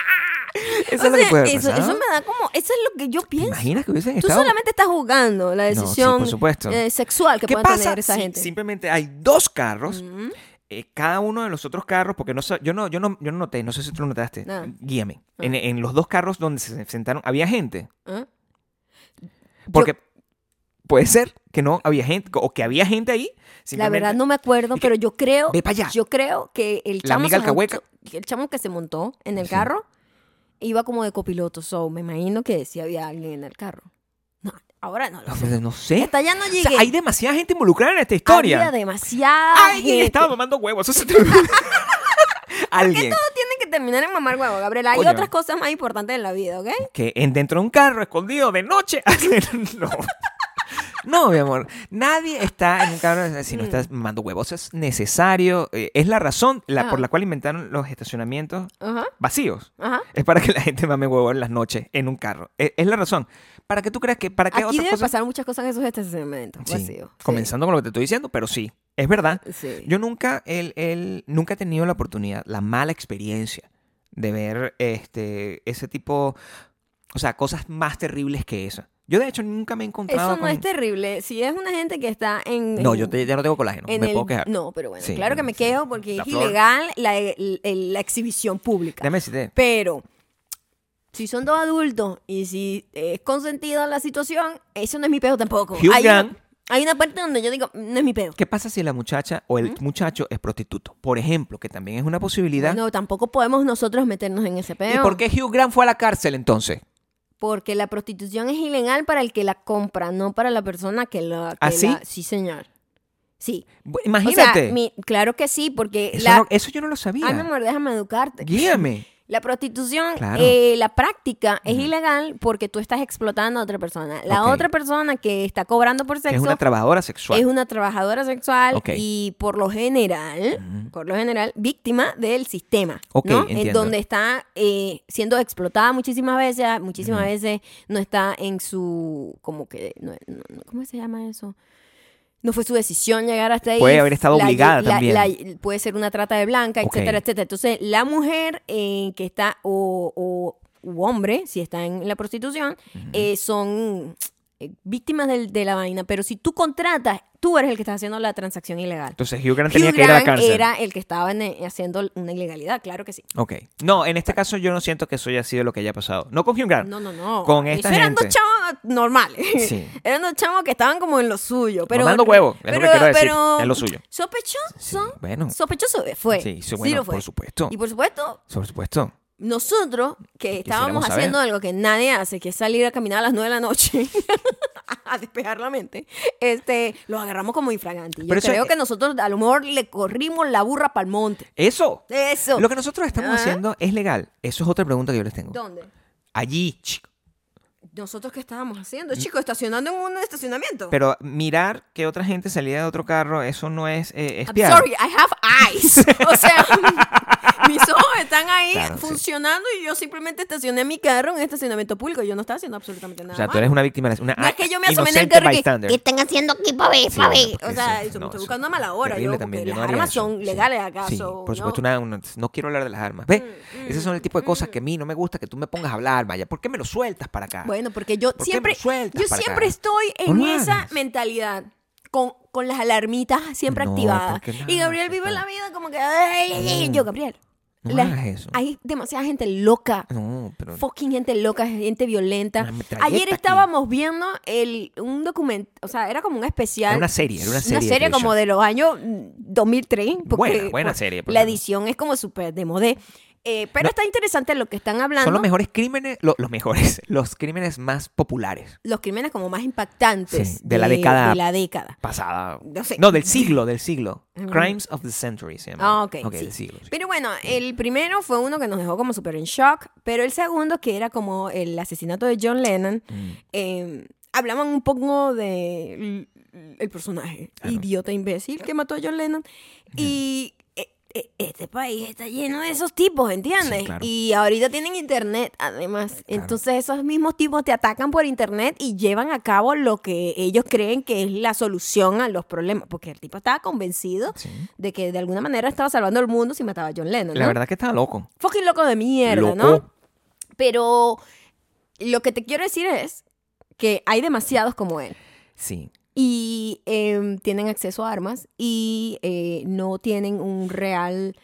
eso
O
es lo que
sea,
puede
eso,
pasar.
eso me da como. Eso es lo que yo
¿Te
pienso.
imaginas que hubiesen
Tú
estado?
solamente estás jugando la
sí, por
decisión
supuesto.
eh, sexual que
¿Qué
pueden
pasa
tener esa
si
gente. Mm.
simplemente hay dos carros? eh, cada uno de los otros carros, porque no sé- yo no, yo no, yo no noté, no sé si tú lo notaste,
No.
guíame. En, en los dos carros donde se sentaron, había gente.
¿Ah?
Porque puede ser que no había gente, o que había gente ahí.
La
simplemente-
verdad no me acuerdo,
Y que-
pero yo creo,
Ve para allá.
yo creo que el
La
chamo,
amiga
se
alcahueca.
montó, el chamo que se montó en el
Sí.
carro iba como de copiloto, so me imagino que sí había alguien en el carro. No, ahora no lo
No,
sé.
pues, no sé.
Hasta allá no
O
llegué.
sea, hay demasiada gente involucrada en esta
Había
historia.
demasiada
Alguien
gente.
estaba mamando huevos. eso se te- Alguien
Tienen que terminar en mamar huevo, Gabriela. Hay
Coño.
otras cosas más importantes en la vida, ¿ok?
que en- dentro de un carro escondido de noche. no. No, mi amor, nadie está en un carro eh, si
Mm.
no estás mamando huevos. Es necesario, eh, es la razón la-
Ah.
por la cual inventaron los estacionamientos
Ajá,
vacíos.
ajá.
Es para que la gente mame huevos en las noches en un carro. Es, es la razón. ¿Para que tú creas que para qué
Aquí
otras
deben
cosas?
pasar muchas cosas en esos estacionamientos
Sí,
vacíos. Sí,
Comenzando con lo que te estoy diciendo, pero sí, es verdad.
sí.
Yo nunca, el, el- nunca he tenido la oportunidad, la mala experiencia de ver este, ese tipo, o sea, cosas más terribles que esa. Yo de hecho nunca me he encontrado
Eso no
con...
es terrible. Si es una gente que está en...
No,
en-
yo te- ya no tengo colágeno,
en
me
el-
puedo quejar.
No, pero bueno,
Sí,
claro que me
sí.
quejo porque
La
es
flor.
ilegal la, el- el- la exhibición pública.
Déjame decirte,
Pero si son dos adultos y si es consentida la situación, eso no es mi peo tampoco.
Hugh
Hay una,
Grant.
hay una parte donde yo digo, no es mi peo.
¿qué pasa si la muchacha o el muchacho es prostituto? Por ejemplo, que también es una posibilidad.
No, tampoco podemos nosotros meternos en ese
¿Y
peo.
por qué Hugh Grant fue a la cárcel entonces?
Porque la prostitución es ilegal para el que la compra, no para la persona que la... que
¿Ah, sí?
la- sí, señor. Sí.
Bu-
O
Imagínate.
sea, mi- claro que sí, porque
eso,
la... Ah,
no- eso yo no lo sabía.
Ay, mi amor, déjame educarte.
Guíame.
La prostitución,
Claro.
eh, la práctica es ilegal porque tú estás explotando a otra persona. La
Ok.
otra persona que está cobrando por
que
sexo
es una trabajadora sexual.
trabajadora sexual
Ok.
y por lo general, por lo general, víctima del sistema,
Ok,
¿no? En
entiendo.
donde está eh, siendo explotada muchísimas veces, muchísimas veces no está en su, como que, no- no- no- ¿cómo se llama eso? No fue su decisión llegar hasta ahí.
Puede haber estado
La-
obligada
la-
también.
la- puede ser una trata de blanca,
Ok.
etcétera, etcétera. Entonces, la mujer eh, que está, o, o u hombre, si está en la prostitución, eh, son eh, víctimas del- de la vaina. Pero si tú contratas, tú eres el que está haciendo la transacción ilegal.
Entonces Hugh Grant
Hugh
tenía que ir a la
Grant
cárcel.
era el que estaba en- eh, haciendo una ilegalidad, claro que sí.
Ok. No, en este caso yo no siento que eso haya sido lo que haya pasado. No con Hugh Grant.
No, no, no.
Con esta
Eso eran
gente.
dos chavos normales.
Sí.
eran dos chavos que estaban como en lo suyo. Pero,
Mamando huevo, es lo que quiero decir,
pero-
es lo suyo. Sí,
Sospechoso.
bueno.
Sospechoso fue.
Sí, sí,
lo
bueno,
fue.
por supuesto.
Y por supuesto,
Por supuesto.
nosotros que estábamos
Quisiéramos saber.
haciendo algo que nadie hace, que es salir a caminar a las 9 de la noche a despejar la mente, este, los agarramos como infraganti. Yo
Pero eso
creo
es-
que nosotros a lo mejor le corrimos la burra para el monte.
Eso.
Eso.
Lo que nosotros estamos
Ah.
haciendo es legal. Eso es otra pregunta que yo les tengo.
¿Dónde?
Allí, chico.
¿Nosotros qué estábamos haciendo, chicos? Estacionando en un estacionamiento.
Pero mirar que otra gente salía de otro carro, eso no es eh,
I'm
espiar.
sorry, I have eyes. O sea, mis ojos están ahí
Claro, sí.
funcionando y yo simplemente estacioné mi carro en un estacionamiento público. Yo no estaba haciendo absolutamente nada.
O sea, tú
malo.
eres una víctima. Una
No es que yo me asomé en el
inocente
carro y que,
bystander.
¿qué están haciendo aquí para ver,
Sí,
pa'
bueno,
ver? O
porque
sea,
eso-
eso, me
no,
estoy
eso
buscando a mala hora.
terrible
Yo,
también,
porque
yo no
las
haría
armas
eso,
son
sí.
legales acá.
Sí,
so,
por supuesto,
no. Mm,
una- una- no quiero hablar de las armas. ¿Ves? Esos son el tipo de cosas que a mí no me gusta que tú me pongas a hablar, vaya. ¿Por qué me lo sueltas para acá?
Bueno, porque yo
¿Por qué
siempre,
me sueltas
yo
para
siempre
acá?
estoy
No
en
lo
esa
hagas.
mentalidad. Con, con las alarmitas siempre
No,
activadas.
¿por qué no?
Y Gabriel vive la vida como que... "Ay, ay, ay". Yo, Gabriel.
No
la-
hagas eso.
Hay demasiada gente loca.
No, pero.
Fucking gente loca, gente violenta.
Una metralleta
Ayer
aquí.
estábamos viendo el, un documento, o sea, era como un especial.
Era una serie, era una serie de televisión.
como de los años mm, 2003. Porque,
Buena, buena
pues,
serie, por
La
cierto.
edición es como súper de modé. Eh, pero
No.
está interesante lo que están hablando.
Son los mejores crímenes, lo- los mejores, los crímenes más populares.
los crímenes como más impactantes
Sí, de la década.
de la década.
Pasada.
No sé.
del siglo, del siglo. Crimes of the century se llama.
Ah, ok. sí.
del siglo. sí.
Pero bueno, el primero fue uno que nos dejó como súper en shock, pero el segundo, que era como el asesinato de John Lennon,
Mm.
eh, hablaban un poco de l- el personaje, idiota imbécil que mató a John Lennon. Y eh, e- este país está lleno de esos tipos, ¿entiendes?
Sí, claro.
Y ahorita tienen internet, además. Entonces esos mismos tipos te atacan por internet y llevan a cabo lo que ellos creen que es la solución a los problemas. Porque el tipo estaba convencido
Sí.
de que de alguna manera estaba salvando el mundo si mataba a John Lennon.
La
¿no?
verdad es que estaba loco.
Fucking loco de mierda,
loco.
¿no? Pero lo que te quiero decir es que hay demasiados como él.
Sí.
Y em, tienen acceso a armas y eh, no tienen un real,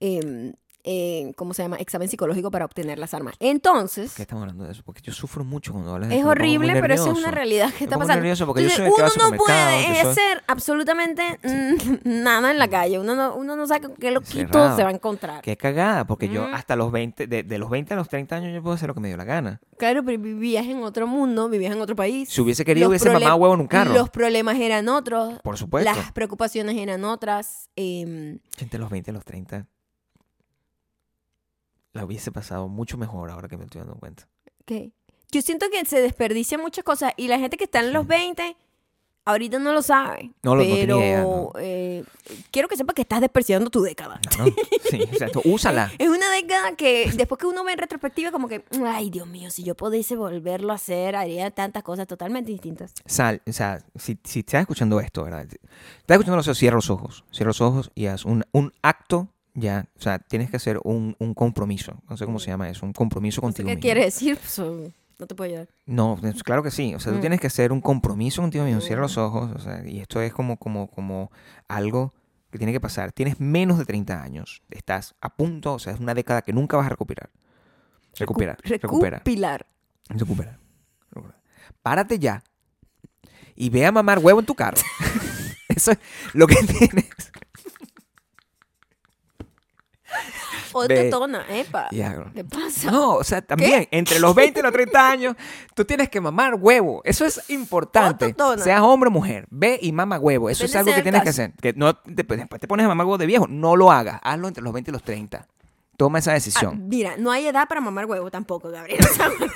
em, eh, ¿cómo se llama?, examen psicológico para obtener las armas. Entonces,
¿Qué estamos hablando de eso? Porque yo sufro mucho cuando hablas de
es
eso. me pongo muy
horrible, pero esa es
nervioso.
una realidad que
Me
está
pongo
pasando.
nervioso porque yo
Entonces,
soy el que va
uno
al
no puede
supermercado, yo soy-
hacer absolutamente mm, nada en la calle. Uno no, uno no sabe con qué loquito
Cerrado.
se va a encontrar.
Qué cagada, porque yo
Mm.
hasta los 20, de, de los 20 a los 30 años yo puedo hacer lo que me dio la gana.
Claro, pero vivías en otro mundo, vivías en otro país.
Si hubiese querido,
Los
hubiese
problem-
mamado huevo en un carro.
Los problemas eran otros.
Por supuesto.
Las preocupaciones eran otras. em,
Entre los 20 y los 30 la hubiese pasado mucho mejor ahora que me estoy dando cuenta.
¿qué? Yo siento que se desperdician muchas cosas y la gente que está en los
Sí. 20
ahorita no lo sabe.
No lo- no
pero
tenía idea, no.
eh, quiero que sepa que estás desperdiciando tu década.
No, sí, o sea, tú úsala.
Es una década que después que uno ve en retrospectiva como que, ay Dios mío, si yo pudiese volverlo a hacer, haría tantas cosas totalmente distintas.
Sal, o sea, si, si estás escuchando esto, ¿verdad? Si Estás escuchando eso, cierra los ojos. Cierra los ojos y haz un, un acto ya. O sea, tienes que hacer un, un compromiso. No sé cómo se llama eso, un compromiso
No sé
contigo
¿Qué
mismo.
quiere decir? Pues, oh, no te puedo ayudar.
No, pues, claro que sí. O sea,
Mm.
tú tienes que hacer un compromiso contigo mismo. Cierra
Mm.
los ojos. O sea, y esto es como, como, como algo que tiene que pasar. Tienes menos de 30 años. Estás a punto. O sea, es una década que nunca vas a recuperar. Recupera.
Recu-
recupera.
Recupilar.
Recupera. Recupera. Párate ya. Y ve a mamar huevo en tu carro. Eso es lo que tienes.
O
Ve.
totona, Pues epa.
Ya, bro.
¿Qué pasa?
No, o sea, también, entre los 20 y los 30 años, tú tienes que mamar huevo. Eso es importante.
Otro tono.
Seas hombre o mujer, ve y mama huevo. Eso es
Depende
algo
sea
que
el
tienes que
caso.
hacer. Que no te, después te pones a mamar huevo de viejo. No lo hagas. Hazlo entre los 20 y los 30. Toma esa
Ah,
decisión.
mira, no hay edad para mamar huevo tampoco, Gabriel.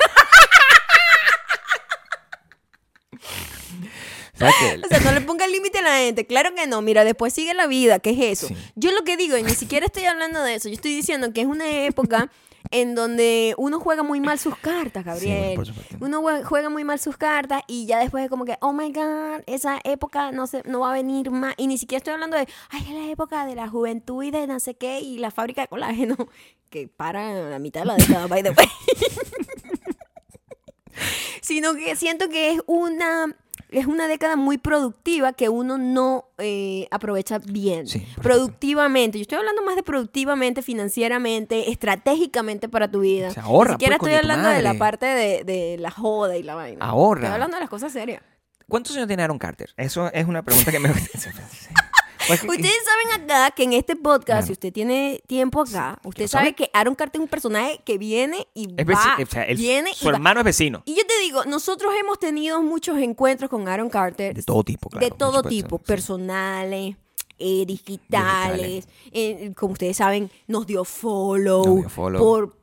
O sea,
¿Sabes qué?
Ah. o sea, no le ponga límite a la gente. Claro que no. Mira, después sigue la vida. ¿Qué es eso?
Sí.
Yo lo que digo, y ni siquiera estoy hablando de eso, yo estoy diciendo que es una época en donde uno juega muy mal sus cartas, Gabriel.
por supuesto.
uno jue- juega muy mal sus cartas y ya después es como que, oh my God, esa época no, se, no va a venir más. Y ni siquiera estoy hablando de, ay, es la época de la juventud y de no sé qué y la fábrica de colágeno que para a la mitad de la década, by the way. Sino que siento que es una... Es una década muy productiva que uno no eh, aprovecha bien.
Sí, por
productivamente. Yo estoy hablando más de productivamente, financieramente, estratégicamente para tu vida.
O sea, ahorra,
Ni siquiera
pues,
estoy
coño, tu
hablando de la
madre.
parte de, de la joda y la vaina.
Ahorra.
Estoy hablando de las cosas serias.
¿Cuántos años tiene Aaron Carter? Eso es una pregunta que me. Pues,
Ustedes saben acá que en este podcast,
Claro.
si usted tiene tiempo acá, usted
lo
sabe
sabe.
que Aaron Carter es un personaje que viene y
es
va,
veci- o sea, él-
viene y
su
va.
hermano es vecino.
Y yo te digo, nosotros hemos tenido muchos encuentros con Aaron Carter.
De todo tipo, claro.
de
por
todo
supuesto,
tipo,
sí.
personales, eh, digitales. eh, como ustedes saben, nos dio follow.
Nos dio follow.
Por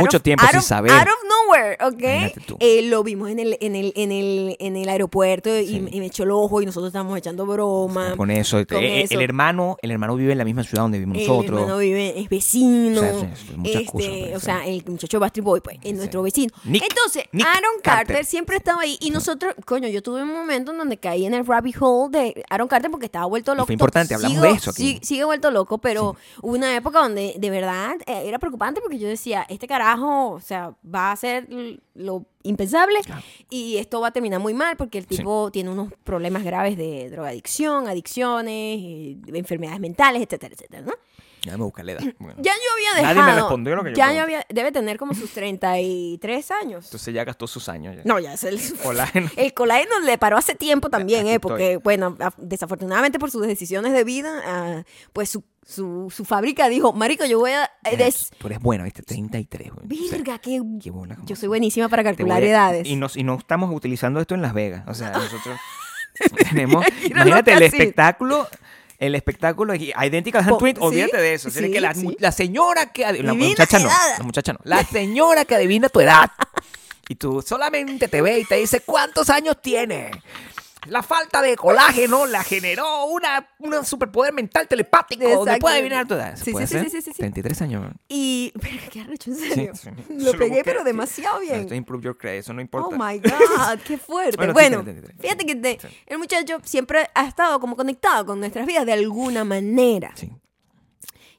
Mucho tiempo
out
sin
of-
saber.
Out of nowhere,
Imagínate
¿ok?
tú.
Eh, lo vimos en el, en el, en el, en el aeropuerto y,
Sí.
y me echó el ojo y nosotros estábamos echando broma.
Con eso.
Con
eh, eh,
eso.
El hermano, el hermano vive en la misma ciudad donde vivimos
El
nosotros.
hermano vive, es vecino.
O sea, sí, sí, muchas
este,
cosas, pues,
o
sí.
sea, el muchacho Bastry Boy, pues, es nuestro vecino.
Nick-
Entonces,
Nick
Aaron Carter,
Carter.
siempre estaba ahí. Y nosotros, coño, yo tuve un momento en donde caí en el rabbit hole de Aaron Carter porque estaba vuelto loco.
fue importante, hablamos
Sigo-
de eso aquí.
sí- Sigue vuelto loco, pero hubo una época donde de verdad eh, era preocupante porque yo decía, este carajo, o sea, va a hacer l- lo impensable
Claro.
y esto va a terminar muy mal porque el
Sí.
tipo tiene unos problemas graves de drogadicción, adicciones, eh, enfermedades mentales, etcétera, etcétera, ¿no?
Déjame buscarle edad. Bueno.
Ya yo había
Nadie me
dejado.
respondió lo que yo
ya
pregunté.
yo había. Debe tener como sus 33 años.
Entonces ya gastó sus años. ya.
No, ya es el.
Colágeno.
El colágeno le paró hace tiempo también,
Aquí
¿eh? Porque, bueno, af- desafortunadamente por sus decisiones de vida, ah, pues su, su, su fábrica dijo: Marico, yo voy a. eh,
Ya,
des-
Tú eres buena, viste, 33. güey. O sea,
Virga, qué.
qué bola, como-
Yo soy buenísima para
Te voy a-
calcular edades.
Y, nos- y no estamos utilizando esto en Las Vegas. O sea, nosotros tenemos.
ir a
Imagínate el
los casinos.
espectáculo. El espectáculo y Identical
Po-
Handprint,
sí,
olvídate de eso. Tienes
sí,
que la,
sí.
mu- la señora que. adi- La
Divina
muchacha no.
edad.
La muchacha no. La señora que adivina tu edad. Y tú solamente te ve y te dice cuántos años tiene. La falta de colágeno la generó una, un superpoder mental telepático. Después
Exacto.
de adivinar toda edad.
Sí,
¿Puede
sí, sí,
ser?
sí, sí, sí.
33 años.
Y. Pero qué arrecho, en
Sí,
serio.
sí.
Lo
Solo
pegué,
busqué,
pero
sí.
demasiado
Pero
bien.
Esto es improve your credit, eso no importa.
Oh my God, qué fuerte. Bueno,
Bueno, sí, sí, sí, sí.
fíjate que te-
Sí.
el muchacho siempre ha estado como conectado con nuestras vidas de alguna manera.
Sí.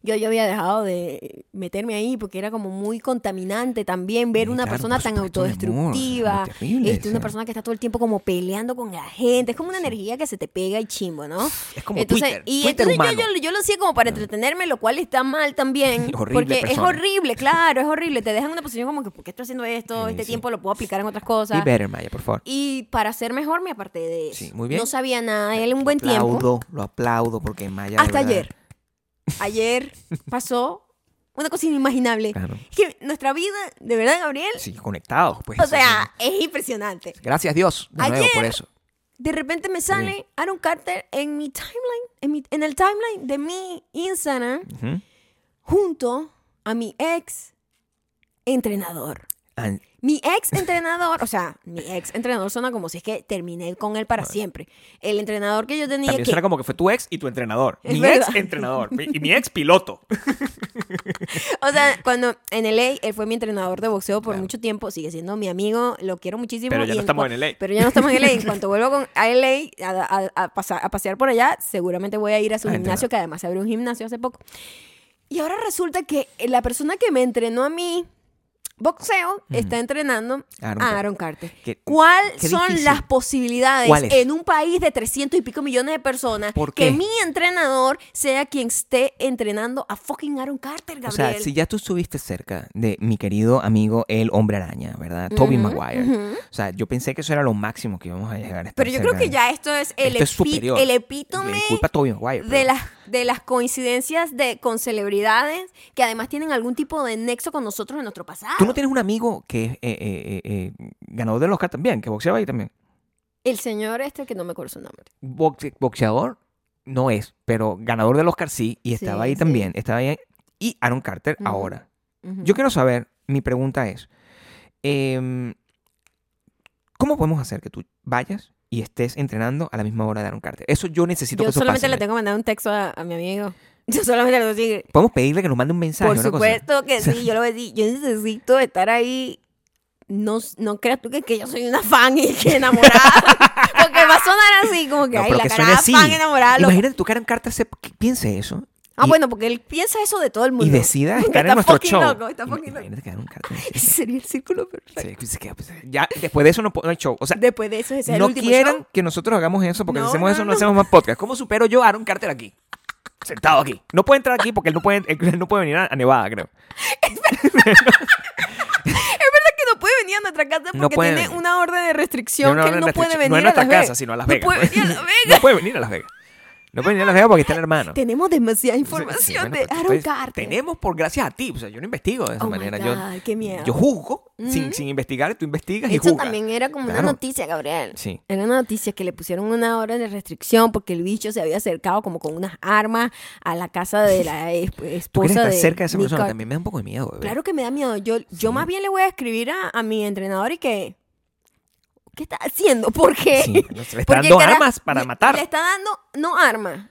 Yo, yo había dejado de meterme ahí porque era como muy contaminante también ver
Sí,
una
claro,
persona
por
tan
supuesto, mi amor,
autodestructiva.
es terrible
este, una
eso.
persona que está todo el tiempo como peleando con la gente. Es como una energía que se te pega y chimbo, ¿no?
Es como Twitter,
Y
Twitter
entonces yo,
humano. Ah.
yo- yo lo hacía como para entretenerme, lo cual está mal también.
Horrible
porque
persona.
es horrible, claro, es horrible. Te dejan en una posición como que, ¿por qué estoy haciendo esto?
Sí,
este
sí.
tiempo lo puedo aplicar en otras cosas.
Be better, Maya, por favor.
Y para ser mejor me aparté de eso.
Sí, muy bien.
No sabía nada de él un buen
lo aplaudo,
tiempo.
Lo aplaudo porque Maya. de
Hasta
verdad-
ayer. Ayer pasó una cosa inimaginable.
Claro.
Es que nuestra vida, de verdad, Gabriel,
Sí, conectados, pues.
o
eso
sea, es impresionante.
sí. Gracias Dios, de nuevo,
Ayer-
por eso.
De repente me sale Aaron Carter en mi timeline, en, mi- en el timeline de mi Instagram,
Ujú.
junto a mi ex entrenador.
And-
Mi ex entrenador, o sea, mi ex entrenador suena como si es que terminé con él para siempre. El entrenador que yo tenía
También
que
suena como que fue tu ex y tu entrenador.
Es
mi
verdad.
ex entrenador. mi- Y mi ex piloto.
O sea, cuando en LA, él fue mi entrenador de boxeo por mucho tiempo, sigue siendo mi amigo, lo quiero muchísimo.
Pero ya
y
no estamos
cua-
en LA.
Pero ya no estamos en LA. En cuanto vuelvo con, a LA a, a- a pasar, a pasear por allá, seguramente voy a ir a su
Ah,
gimnasio,
entrenador.
que además se abrió un gimnasio hace poco. Y ahora resulta que la persona que me entrenó a mí boxeo está entrenando a
Aaron Carter.
Aaron Carter.
Qué-
¿Cuáles
qué
son
difícil.
las posibilidades
¿Cuáles?
en un país de 300 y pico millones de personas
¿Por
que
qué?
mi entrenador sea quien esté entrenando a fucking Aaron Carter, Gabriel?
O sea, si ya tú estuviste cerca de mi querido amigo el hombre araña, ¿verdad? Toby
Ujú,
Maguire. O sea, yo pensé que eso era lo máximo que íbamos a llegar. a estar
Pero yo
cerca
creo que
de-
ya esto es el,
Esto es
epi-
superior.
el epítome
Disculpa Toby Maguire.
de
pero-
las, de las coincidencias de, con celebridades que además tienen algún tipo de nexo con nosotros en nuestro pasado.
Tú no tienes un amigo que es eh, eh, eh, eh, ganador del Oscar también, que boxeaba ahí también.
El señor este que no me acuerdo su nombre.
Boxe- boxeador no es, pero ganador del Oscar sí, y estaba
Sí,
ahí
sí.
también. Estaba ahí. Y Aaron Carter
Ujú.
ahora.
Ujú.
Yo quiero saber, mi pregunta es, em, ¿cómo podemos hacer que tú vayas y estés entrenando a la misma hora de Aaron Carter? Eso yo necesito
Yo
que eso
solamente
pase.
le
Mel.
tengo que mandar un texto a, a mi amigo. Yo solamente le tengo que decir,
Podemos pedirle que nos mande un mensaje.
por
una cosa?
supuesto que sí, yo lo voy a decir, yo necesito estar ahí. No, no creas tú que, que yo soy una fan y que enamorada. Porque va a sonar así, como que,
No,
ay,
pero
la
que
cara
suene así.
fan enamorada. loco".
Imagínate tú que Aaron Carter se, que piense eso
Ah,
y-
bueno, porque él piensa eso de todo el mundo.
y decida
Porque
estar
está
en nuestro
fucking
show.
loco, está
Ima-
fucking loco.
Imagínate que Aaron Carter...
Ese sería el círculo perfecto.
se- se queda- pues, ya, después de eso no, po- no hay show. O sea,
Después de eso, ese es el
no
último
quieran
show.
que nosotros hagamos eso porque
No,
si hacemos
no,
eso no,
no.
hacemos más podcast. ¿Cómo supero yo a Aaron Carter aquí? Sentado aquí. No puede entrar aquí porque él no puede, él no puede venir a, a Nevada, creo.
Es que no puede venir a nuestra casa porque
No puede
tiene
venir.
una orden de restricción
Tiene una
que él
orden
no
de
puede venir
restricción. No en
a Las
nuestra casa,
Vegas.
sino a Las
No
Vegas.
puede
pues.
venir a Las
No
Vegas.
puede venir a Las Vegas. No puede venir a Las Vegas porque está el hermano.
Tenemos demasiada
pues, Sí,
información
bueno,
de
pero tú
Aaron
puedes-
Carter.
Tenemos por gracias a ti. O sea, yo no investigo de esa
Oh my
manera.
God,
yo,
qué miedo.
yo juzgo sin, sin investigar, tú investigas y
Eso
juzgas.
también era como una
Claro.
noticia, Gabriel.
Sí.
Era una noticia que le pusieron una orden de restricción porque el bicho se había acercado como con unas armas a la casa de la es-
Tú quieres
esposa
estar
de
cerca de esa
Nick
persona.
Carter.
También me da un poco de miedo. bebé.
Claro que me da miedo. Yo, yo más bien le voy a escribir a, a mi entrenador y que. ¿Qué está haciendo? ¿Por qué?
Sí, no se le está
Porque
dando
el cara-
armas para
le-
matar.
Le está dando, no armas,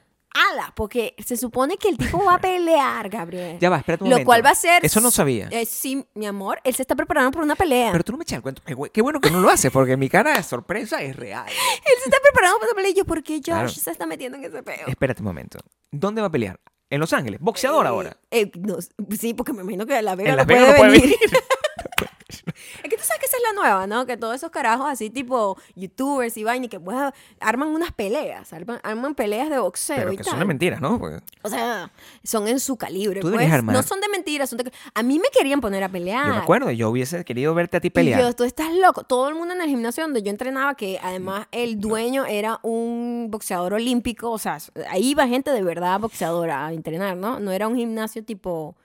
alas, porque se supone que el tipo va a pelear, Gabriel.
Ya va, espérate un
Lo
momento.
cual va a ser.
Eso no sabía.
Eh, sí, mi amor, él se está preparando para una pelea.
Pero tú no me echas el cuento. Qué bu- Qué bueno que no lo haces, porque mi cara de sorpresa es real.
Él se está preparando para una pelea. Y yo, ¿por qué Josh
Claro.
se está metiendo en ese peo?
Espérate un momento. ¿Dónde va a pelear? En Los Ángeles. Boxeador
Eh,
ahora.
eh, no, sí, porque me imagino que a la Vega no
En Las Vegas
puede
no puede
venir.
venir.
Es que tú sabes que esa es la nueva, ¿no? Que todos esos carajos así tipo youtubers y vaina y que bueno, arman unas peleas, arman, arman peleas de boxeo
Pero
y
que
tal.
son de mentiras, ¿no? Porque-
O sea, son en su calibre.
Tú
pues.
deberías armar.
No son de mentiras, son de... A mí me querían poner a pelear.
Yo me acuerdo, yo hubiese querido verte a ti
Ah. Y
pelear.
yo, tú estás loco. Todo el mundo en el gimnasio donde yo entrenaba, que
Mm,
además el dueño era un boxeador olímpico, o sea, ahí iba gente de verdad boxeadora a entrenar, ¿no? No era un gimnasio tipo...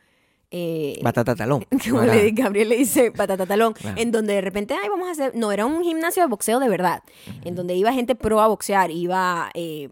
eh,
Batata talón.
como
Ahora,
le, Gabriel le dice patata talón,
Claro.
en donde de repente, ay, vamos a hacer, no, era un gimnasio de boxeo de verdad, en donde iba gente pro a boxear, iba, eh,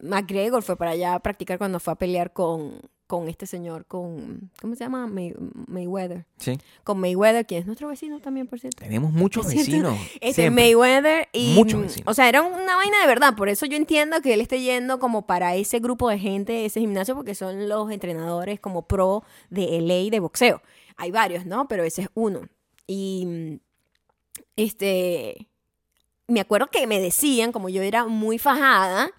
McGregor fue para allá a practicar cuando fue a pelear con, con este señor, con, ¿cómo se llama? May- Mayweather.
Sí.
Con Mayweather, quien es nuestro vecino también, por cierto.
Tenemos muchos
Es cierto.
vecinos.
Este
siempre.
Mayweather y... mm,
Muchos vecinos.
O sea, era una vaina de verdad. Por eso yo entiendo que él esté yendo como para ese grupo de gente, ese gimnasio, porque son los entrenadores como pro de LA de boxeo. Hay varios, ¿no? Pero ese es uno. Y... mm, Este... Me acuerdo que me decían, como yo era muy fajada,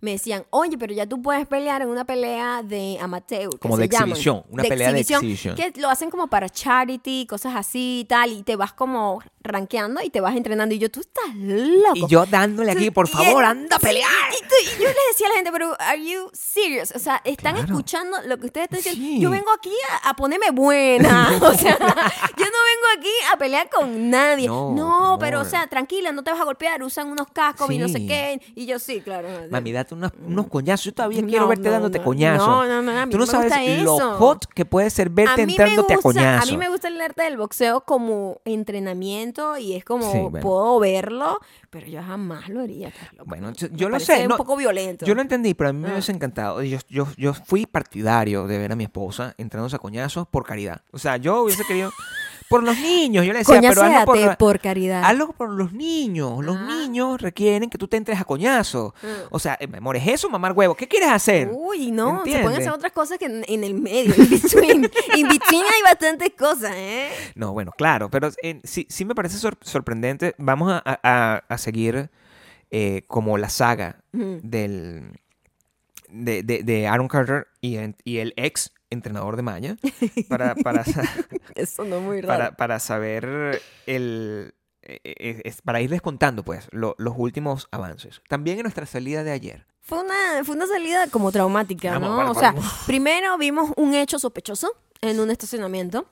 me decían, oye, pero ya tú puedes pelear en una pelea de amateur. que
Como
se
de
llaman".
exhibición, una pelea de exhibición.
Que lo hacen como para charity, cosas así y tal, y te vas como rankeando y te vas entrenando. Y yo, tú estás loco.
Y yo dándole aquí, por
Y-
favor, anda a
sí,
pelear.
Y, tú- y yo le decía a la gente, pero are you serious? O sea, están
Claro.
escuchando lo que ustedes están diciendo.
Sí.
Yo vengo aquí a, a ponerme buena. o sea, yo no vengo aquí a pelear con nadie.
No,
No,
amor.
pero o sea, tranquila, no te vas a golpear, usan unos cascos y no sé
Sí.
qué. Y yo sí, claro.
Mami, date unos, unos coñazos. Yo todavía
No,
quiero verte
no,
dándote
no.
coñazos.
No, no, no, a mí
Tú no
no me
sabes
gusta
lo
eso.
hot que puede ser verte
a mí, me
entrándote a
gusta, a
coñazos.
mí me gusta el arte del boxeo como entrenamiento y es como
Sí, bueno.
puedo verlo, pero yo jamás lo haría. Carlos.
Bueno,
Me
yo, yo lo
parece
sé.
un
no-
poco violento.
yo lo entendí, pero a mí me
Ah.
hubiese encantado. Yo, yo, yo fui partidario de ver a mi esposa entrándose a coñazos por caridad. O sea, yo hubiese querido. Por los niños, yo le decía, pero hazlo
Coñacéate
por,
por,
la-
caridad.
hazlo por los niños. Los
Ah.
niños requieren que tú te entres a coñazos.
Mm.
O sea, eh, mi amor, es eso, mamar huevo. ¿Qué quieres hacer?
Uy, no, se pueden
¿Entiendes?
hacer otras cosas que en, en el medio, in between. in between hay bastantes cosas, ¿eh?
No, bueno, claro, pero eh, sí, sí me parece sor- sorprendente. Vamos a, a- a- a seguir eh, como la saga
Ujú.
del, de, de- de Aaron Carter y, en- y el ex entrenador de Maya para, para, sa-
Eso no es muy raro.
para, para saber el... eh, eh, es- Para irles contando, pues, lo- los últimos avances. También en nuestra salida de ayer.
Fue una, fue una salida como traumática,
Vamos,
¿no?
bueno,
o sea,
vamos.
primero vimos un hecho sospechoso en un estacionamiento.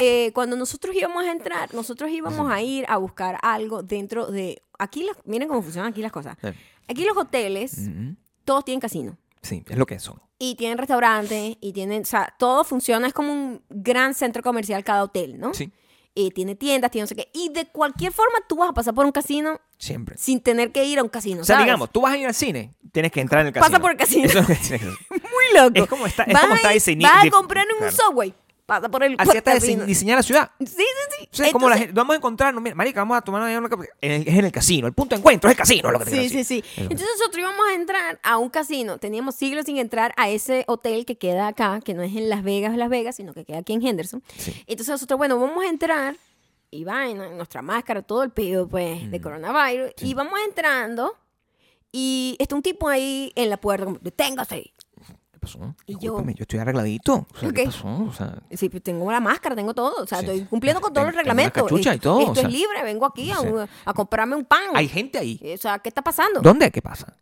Eh, cuando nosotros íbamos a entrar, nosotros íbamos a ir a buscar algo dentro de... Aquí, las- miren cómo funcionan aquí las cosas.
Eh,
Aquí los hoteles,
mm,
todos tienen casino.
Sí, es lo que son.
Y tienen restaurantes, y tienen... O sea, todo funciona, es como un gran centro comercial cada hotel, ¿no?
Sí,
Eh, tiene tiendas, tiene no sé qué. Y de cualquier forma tú vas a pasar por un casino
siempre.
sin tener que ir a un casino,
O sea,
¿sabes?
digamos, tú vas a ir al cine, tienes que entrar en el
Pasa
casino.
por el casino.
Eso es lo que tienes que hacer.
Muy loco.
Es como está- es
Vas
como
a
está
ir-
diseñi-
Vas
di-
a comprar en un
claro.
subway. Pasa por el
Así está dise-
casino. Sí,
diseñada la ciudad.
sí, sí.
O sea, es como la
Entonces-
gente, vamos a encontrarnos, mira, marica, vamos a tomar una- una- en el, es en el casino, el punto de encuentro es el casino, lo que te quiero
Sí, sí,
decir.
sí. Entonces nosotros íbamos a entrar a un casino. Teníamos siglos sin entrar a ese hotel que queda acá, que no es en Las Vegas, Las Vegas, sino que queda aquí en Henderson.
Sí.
Entonces nosotros, bueno, vamos a entrar y vaina, nuestra máscara, todo el pedo, pues,
Mm.
de coronavirus. Y vamos entrando y está un tipo ahí en la puerta, como, deténgase.
¿Qué pasó?
Y yo-
Discúlpame, yo estoy arregladito. O sea,
Ok.
¿Qué pasó? O sea,
Sí, pues tengo la máscara, tengo todo. O sea,
Sí.
estoy cumpliendo con todos
Ten-
los
tengo una
reglamentos.
cachucha y
Esto-
todo, o
Esto
sea.
es libre, vengo aquí a,
Sí.
un- a comprarme un pan.
hay gente ahí.
O sea, ¿qué está pasando?
¿Dónde? ¿Qué pasa?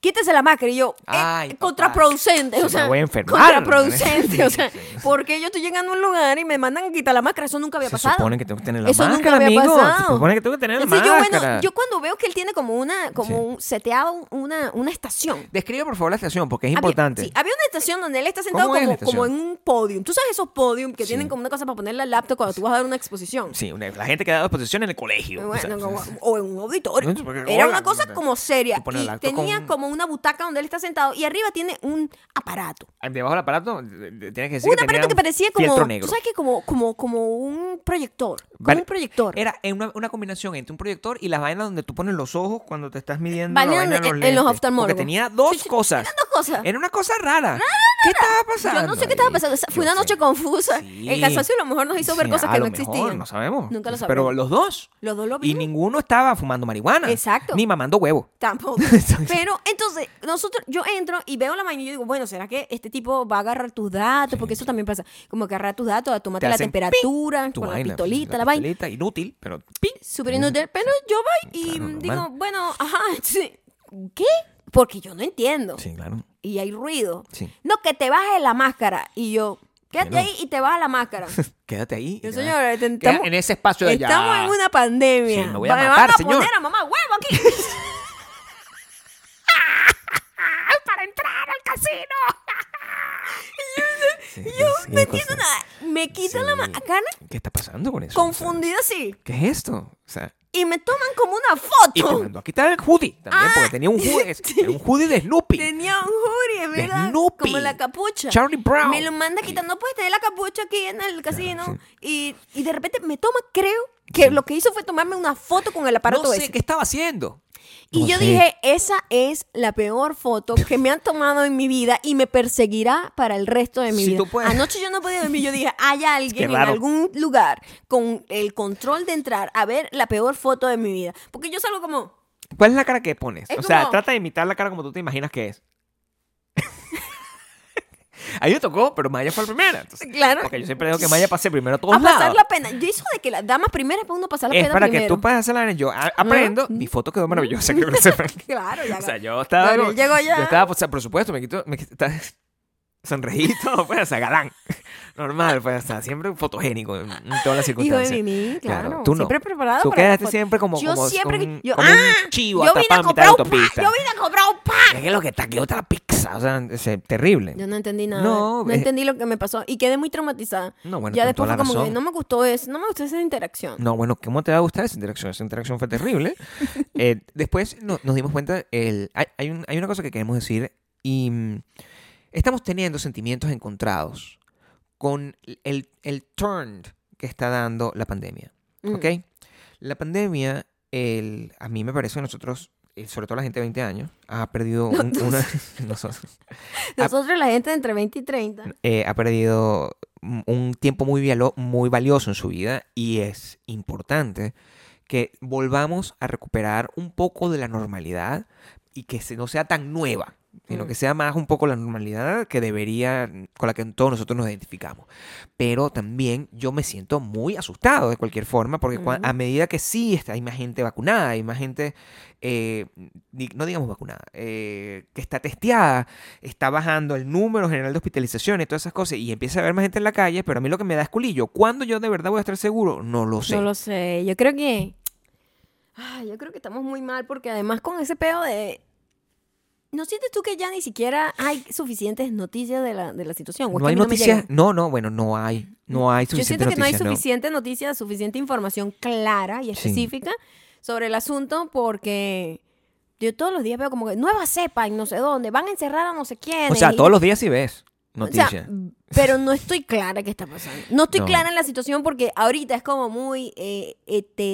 Quítese la máscara. Y yo, eh,
Ay, papá.
contraproducente.
Se me
o sea,
voy a enfermar.
Contraproducente. o sea,
Sí, sí,
porque yo estoy llegando a un lugar y me mandan a quitar la máscara. Eso nunca había
Se
pasado.
supone que tengo que tener la
Eso nunca
máscara,
había
amigo.
pasado.
Se supone que tengo que tener la
Entonces, yo,
máscara.
bueno, yo cuando veo que él tiene como una, como
Sí.
un, seteado una, una estación.
Describe, por favor, la estación, porque es
Había-
importante.
Ah, sí, Había, una estación donde él está sentado
¿Cómo es la
como, como en
estación?
un podium. ¿Tú sabes esos podium que
Sí.
tienen como una cosa para poner la laptop cuando tú vas a dar una exposición?
Sí, una- la gente que ha dado exposición en el colegio. o sea,
Bueno, como- o en un auditorio.
No, porque,
Era
hola,
una cosa como seria.
tú pones
Y
el acto
tenía
con-
como una butaca donde él está sentado y arriba tiene un aparato.
Debajo del aparato, eh, tienes que decir
Un
que tenía
aparato que parecía como,
fieltro
tú
negro.
sabes que como, como, como un proyector, como
Vale.
un proyector.
Era en una, una combinación entre un proyector y las vainas donde tú pones los ojos cuando te estás midiendo.
Vainas
la vaina
donde-
en los,
en- en los
lentes. Porque
oftalmólogos.
tenía dos cosas.
Eran dos cosas.
Era una cosa rara. ¿Qué estaba pasando?
Yo no sé qué estaba
ahí?
pasando. O sea, Fue
Yo
una noche
sé.
confusa.
Sí.
El cansancio a lo mejor nos hizo ver
Sí,
cosas
a
que
lo
no
mejor,
existían.
no sabemos. Pues,
Nunca lo
Pero
sabremos.
los dos.
Los dos lo
Y
vimos.
ninguno estaba fumando marihuana.
Exacto.
Ni mamando huevo.
Tampoco. Pero entonces, nosotros, yo entro y veo la vaina y yo digo, bueno, ¿será que este tipo va a agarrar tus datos? Porque eso también pasa. Como que agarrar tus datos, a tomarte
Te
la
hacen ping,
temperatura,
Tu
con la
vaina, pues,
pistolita, la vaina.
pistolita, inútil, pero ¡ping!
Súper inútil. Pero yo voy y
Claro,
digo,
normal.
bueno, ajá, sí. ¿qué? Porque yo no entiendo.
Sí, claro.
Y hay ruido.
Sí.
No, que te bajes la máscara. Y yo, quédate
Bueno.
ahí y te bajas la máscara.
Quédate ahí.
Yo,
y te vas.
señora, te-
Queda
estamos-
en ese espacio de allá.
Estamos en una pandemia.
Sí, me voy a
Va-
matar,
van a
señor.
poner a mamá huevo aquí. Para entrar al casino.
Sí,
Yo
sí,
no
cosa-
entiendo nada. Me quitan la
Sí.
máscara
¿Qué está pasando con eso? O sea,
confundida así.
¿Qué es esto? O sea,
y me toman como una foto.
Y te mandó a quitar el hoodie también,
Ah,
porque tenía un hoodie, era un hoodie de Snoopy.
Tenía un hoodie,
De
¿verdad?
Snoopy.
Como la capucha.
Charlie Brown.
Me lo manda quitando, pues tener la capucha aquí en el casino. y, y de repente me toma, creo, que lo que hizo fue tomarme una foto con el aparato
no sé
ese.
qué estaba haciendo.
Y
No
yo
sé.
dije, esa es la peor foto que me han tomado en mi vida y me perseguirá para el resto de mi
Si
vida.
tú puedes.
Anoche yo no podía dormir, yo dije, hay alguien en
raro.
algún lugar con el control de entrar a ver la peor foto de mi vida. Porque yo salgo como,
¿Cuál es la cara que pones?
Es
o sea,
como-
trata de imitar la cara como tú te imaginas que es. A mí me tocó, pero Maya fue la primera. entonces-
Claro.
Porque yo siempre digo que Maya pase primero a todos
a pasar
lados.
la pena. Yo hizo de que las damas primeras para uno pasar la
es
pena
para
primero.
que tú puedas hacer la vaina. Yo a- aprendo. Mi foto quedó maravillosa. que me lo sepan.
Claro, ya.
o sea, yo estaba.
Gabriel
como-
llegó ya.
Yo estaba, o sea, por supuesto, me quito. Me quito- estaba- sonreí y todo, pues, o sea, galán. Normal, pues, o sea, siempre fotogénico en en todas las
Hijo de
circunstancias.
mí, claro.
Tú no.
Siempre preparado
Tú
para la
quedaste
foto.
siempre como-
Yo
como-
siempre...
como un-
yo,
como un
¡Ah!
chivo
yo
atrapado
vine a
en mitad
comprar
de
un pan.
autopista.
Yo vine a comprar un pan.
¿Qué es lo que está? ¿Qué otra pizza? O sea, es eh, terrible.
Yo no entendí nada.
No,
No,
es-
entendí lo que me pasó y quedé muy traumatizada.
No, bueno,
ya
con
después
toda
fue
la
como que
razón.
no me gustó eso, no me gustó esa interacción.
No, bueno, ¿cómo te va a gustar esa interacción? Esa interacción fue terrible. Eh, después no- nos dimos cuenta, el, hay, hay un- hay una cosa que queremos decir y mm, estamos teniendo sentimientos encontrados con el, el turn que está dando la pandemia.
Mm.
¿Ok? La pandemia, el, a mí me parece que nosotros, eh, sobre todo la gente de 20 años, ha perdido un- una... nosotros. Ah,
Nosotros la gente de entre 20 y 30.
eh, ha perdido un- un tiempo muy, vialo- muy valioso en su vida y es importante que volvamos a recuperar un poco de la normalidad y que se- no sea tan nueva, sino
Mm.
que sea más un poco la normalidad que debería, con la que todos nosotros nos identificamos. Pero también yo me siento muy asustado de cualquier forma, porque cua-
Ujú.
a medida que sí está, hay más gente vacunada, hay más gente, eh, di- no digamos vacunada, eh, que está testeada, está bajando el número general de hospitalizaciones, todas esas cosas, y empieza a haber más gente en la calle, pero a mí lo que me da es culillo. ¿Cuándo yo de verdad voy a estar seguro? No lo sé.
No lo sé. Yo creo que. Ay, yo creo que estamos muy mal porque además con ese pedo de. ¿No sientes tú que ya ni siquiera hay suficientes noticias de la, de la situación? ¿O es
No
que
hay
a mí me
noticias.
llegan?
No, no, bueno, no hay. No hay
Yo
suficiente
siento que no hay
noticias,
suficiente noticia, suficiente información clara y específica sobre el asunto porque yo todos los días veo como que nueva cepa en no sé dónde, van a encerrar a no sé quién.
O sea, todos los días sí ves noticias.
pero no estoy clara qué está pasando. No estoy
No.
clara en la situación porque ahorita es como muy eh,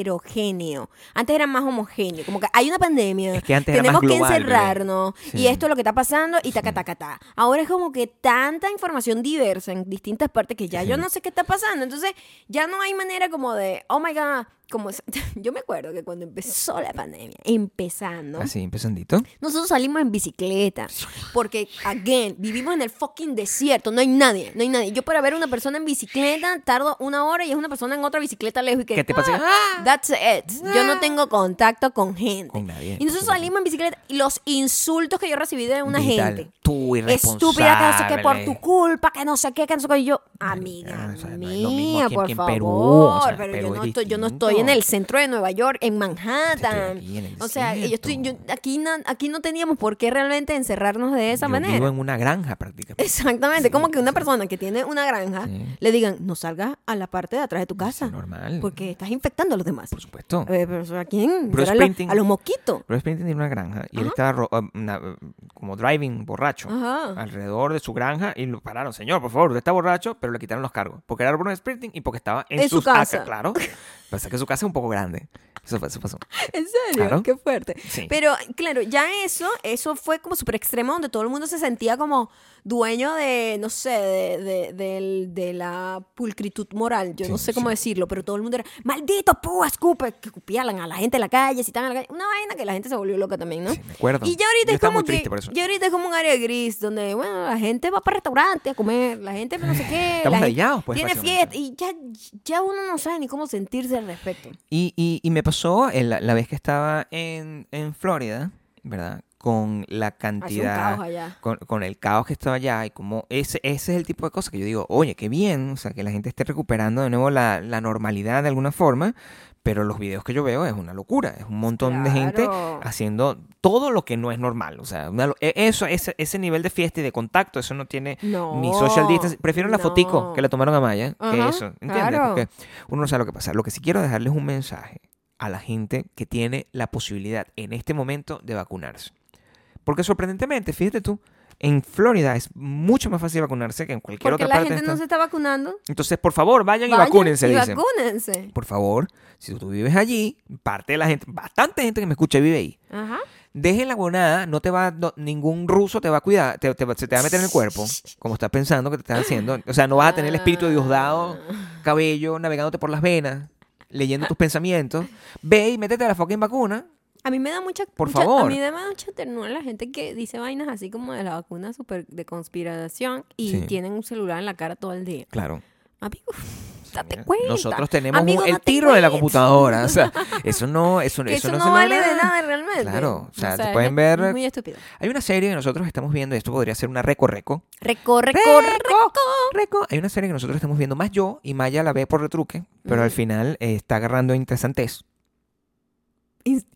heterogéneo. Antes era más homogéneo. Como que hay una pandemia.
Es que antes era
tenemos
más global,
que
bebé.
encerrarnos.
Sí.
Y esto es lo que está pasando y taca, taca, taca. Ahora es como que tanta información diversa en distintas partes que ya yo
Sí.
no sé qué está pasando. Entonces ya no hay manera como de, oh my God. Como es- yo me acuerdo que cuando empezó la pandemia, empezando,
Así, empezandito.
nosotros salimos en bicicleta. Porque, again, vivimos en el fucking desierto. No hay nadie, no hay nadie. Yo para ver a una persona en bicicleta tardo una hora y es una persona en otra bicicleta lejos y que.
¿Qué te pasa?
"Ah, That's it. Yo no tengo contacto con gente.
Con nadie,
Y nosotros
por supuesto.
salimos en bicicleta y los insultos que yo recibí de una
Digital.
gente.
Tú irresponsable.
Estúpida, que no sé qué, por tu culpa, que no sé qué, que no sé qué. Y yo, amiga
o sea, no es lo mismo
mía,
aquí
por
que en
favor.
Perú, o sea,
pero
Perú
yo
es
no, estoy, yo no
distinto.
estoy en el centro de Nueva York, en Manhattan.
aquí en el
o sea, yo estoy, yo,
desierto.
aquí, na- aquí no teníamos por qué realmente encerrarnos de esa
Yo
manera.
Vivo en una granja prácticamente.
Exactamente, como que una persona que tiene una granja
Sí.
le digan, no salgas a la parte de atrás de tu casa,
Normal.
porque estás infectando a los demás.
Por supuesto.
A ver, pero ¿a quién?
Bruce
Pero a, lo-
Springsteen.
a los mosquitos.
Bruce Springsteen tenía una granja y él
Ajá.
estaba ro- ah, na- como driving borracho
Ajá.
alrededor de su granja y lo pararon. Señor, por favor, usted está borracho, pero le quitaron los cargos. Porque era Bruce Springsteen y porque estaba en,
En su
sus acas,
casa.
claro. Pasa que su casa es un poco grande. Eso, fue- eso pasó.
¿En serio?
Claro.
Qué fuerte.
Sí.
Pero claro, ya eso, eso fue como súper extremo donde todo el mundo se sentía como dueño de, no sé, de, de- del- de la pulcritud moral. Yo no
Sí,
sé cómo
sí.
decirlo, pero todo el mundo era, maldito púa, escupe, que escupían a la gente en la calle, si están en la calle. Una vaina que la gente se volvió loca también, ¿no?
Sí, me acuerdo.
Y ya
Yo
ahorita es
estaba
como
muy triste
que,
por eso.
ya ahorita es como un área gris donde, bueno, la gente va para restaurantes a comer, la gente no sé qué.
Estamos
la gente
rayados, pues,
Tiene fiesta
básicamente.
y ya, ya uno no sabe ni cómo sentirse al respecto.
Y, y- y me pasó en la, la vez que estaba en, en Florida, ¿verdad? Con la
Hace un caos
cantidad,
allá.
con, con el caos que estaba allá y como ese, ese es el tipo de cosas que yo digo, oye, qué bien, o sea, que la gente esté recuperando de nuevo la, la normalidad de alguna forma, pero los videos que yo veo es una locura, es un montón de gente
Claro.
haciendo todo lo que no es normal, o sea, una lo- e- eso, ese, ese nivel de fiesta y de contacto, eso no tiene
No.
ni social distancing, prefiero la fotico
Oh, no.
que le tomaron a Maya, que
Ajá,
eso, ¿entiendes?
claro.
Porque uno no sabe lo que pasa. Lo que sí quiero dejarles un mensaje a la gente que tiene la posibilidad en este momento de vacunarse. Porque sorprendentemente, fíjate tú, en Florida es mucho más fácil vacunarse que en cualquier
Porque
otra
la
parte.
gente
de
no
esta-
se está vacunando.
Entonces, por favor, vayan,
Vayan
y vacúnense,
y
dicen.
vacúnense.
Por favor, si tú vives allí, parte de la gente, bastante gente que me escucha vive ahí.
Ajá.
Dejen la guanada, no te va, no- ningún ruso te va a cuidar, te, te va- se te va a meter en el cuerpo, como estás pensando que te estás haciendo. O sea, no vas a tener el espíritu de Diosdado,
Ah.
cabello, navegándote por las venas, leyendo tus pensamientos. Ve y métete la fucking vacuna.
A mí me da mucha,
Por
mucha-
favor.
A mí me da mucha ternura la gente que dice vainas así como de la vacuna super de conspiración y
Sí.
tienen un celular en la cara todo el día.
Claro.
Amigo, date
Mira,
cuenta.
Nosotros tenemos
Amigo,
un- el
date
tiro de la
cuenta.
computadora. O sea, eso no, eso,
Que eso,
no,
no,
se
vale
logra.
de nada realmente.
Claro, o sea, te
es
pueden ver-
es Muy estúpido.
Hay una serie que nosotros estamos viendo, y esto podría ser una reco-reco.
Recorre, corre,
Reco. Hay una serie que nosotros estamos viendo, más yo, y Maya la ve por retruque, pero al
Ujú.
final eh, está agarrando interesantes.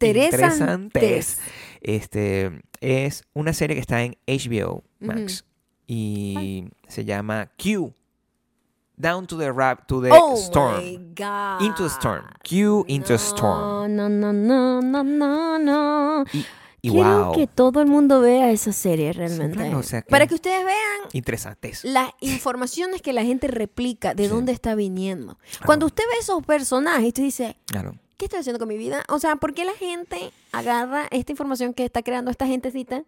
Interesantes.
Este, es una serie que está en HBO Max y se llama Q. Down to the, rap, to the
Oh my
Storm.
God.
Into the Storm. Q Into the Storm.
No, no, no, no, no, no.
Y
Quiero
wow.
que todo el mundo vea esa serie realmente.
claro, o sea que-
Para que ustedes vean
Interesantes.
las informaciones que la gente replica, de
Sí.
dónde está viniendo. Cuando usted ve esos personajes, tú dices,
Claro.
¿qué estoy haciendo con mi vida? O sea, ¿por qué la gente agarra esta información que está creando esta gentecita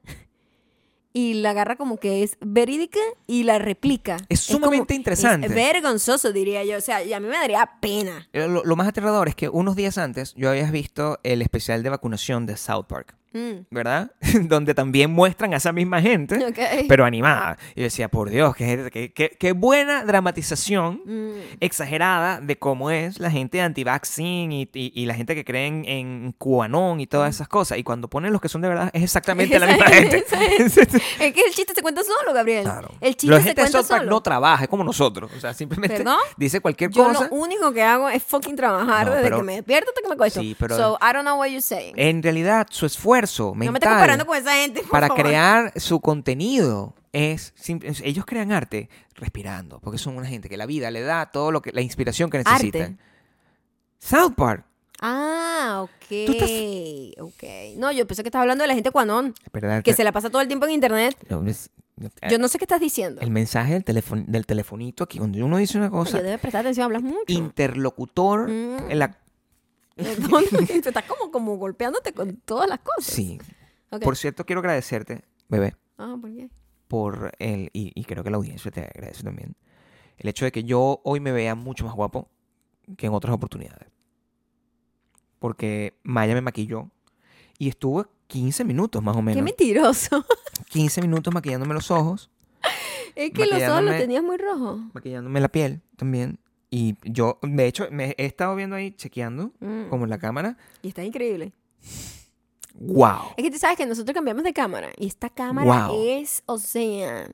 y la agarra como que es verídica y la replica?
Es
como-
sumamente interesante.
Es vergonzoso, diría yo. O sea, y a mí me daría pena.
Eh, Lo, lo más aterrador es que unos días antes yo habías visto el especial de vacunación de South Park,
Mm,
¿verdad? Donde también muestran a esa misma gente,
ok.
pero animada. Y yo decía, por Dios, qué, qué- qué- qué buena dramatización
Mm.
exagerada de cómo es la gente anti-vaccine y, y- y la gente que creen en cubanón y todas esas cosas. Y cuando ponen los que son de verdad, Mm. es exactamente la misma gente.
Es que el chiste se cuenta solo, Gabriel.
Claro.
El chiste
la
se
gente de
cuenta
South Park
solo.
no trabaja, es como nosotros. O sea, simplemente
¿Perdón?
dice cualquier
yo
cosa.
lo único que hago es fucking trabajar
No,
desde
pero-
que me despierto hasta que me acuesto.
Sí, pero-
So, I don't know what you're saying.
En realidad, su esfuerzo mental
no me estés comparando con esa gente, por
para
favor.
crear su contenido es simple- es- ellos crean arte respirando porque son una gente que la vida le da todo lo que la inspiración que
Arte.
necesitan South Park
Ah, ok.
estás-
Ok. No, yo pensé que estás hablando de la gente cuanón,
¿verdad?
que se la pasa todo el tiempo en internet.
No, es- no,
Yo no sé qué estás diciendo.
Eh, el mensaje del, telefon- del telefonito aquí cuando uno dice una
Oye,
cosa
debes prestar atención, hablas mucho.
interlocutor
Mm.
en la-
Entonces, te estás como, como golpeándote con todas las cosas.
sí
oh, Ok.
por cierto quiero agradecerte bebé
Ah, ¿por qué?
por el y, y creo que la audiencia te agradece también el hecho de que yo hoy me vea mucho más guapo que en otras oportunidades porque Maya me maquilló y estuve 15 minutos más o
Qué
menos
mentiroso.
15 minutos maquillándome los ojos
es que los ojos los
Maquillándome.
tenías muy rojos.
maquillándome la piel también y yo de hecho me he estado viendo ahí chequeando
Mm.
como en la cámara
Y está increíble.
wow
Es que tú sabes que nosotros cambiamos de cámara. Y esta cámara
Wow.
es, o sea,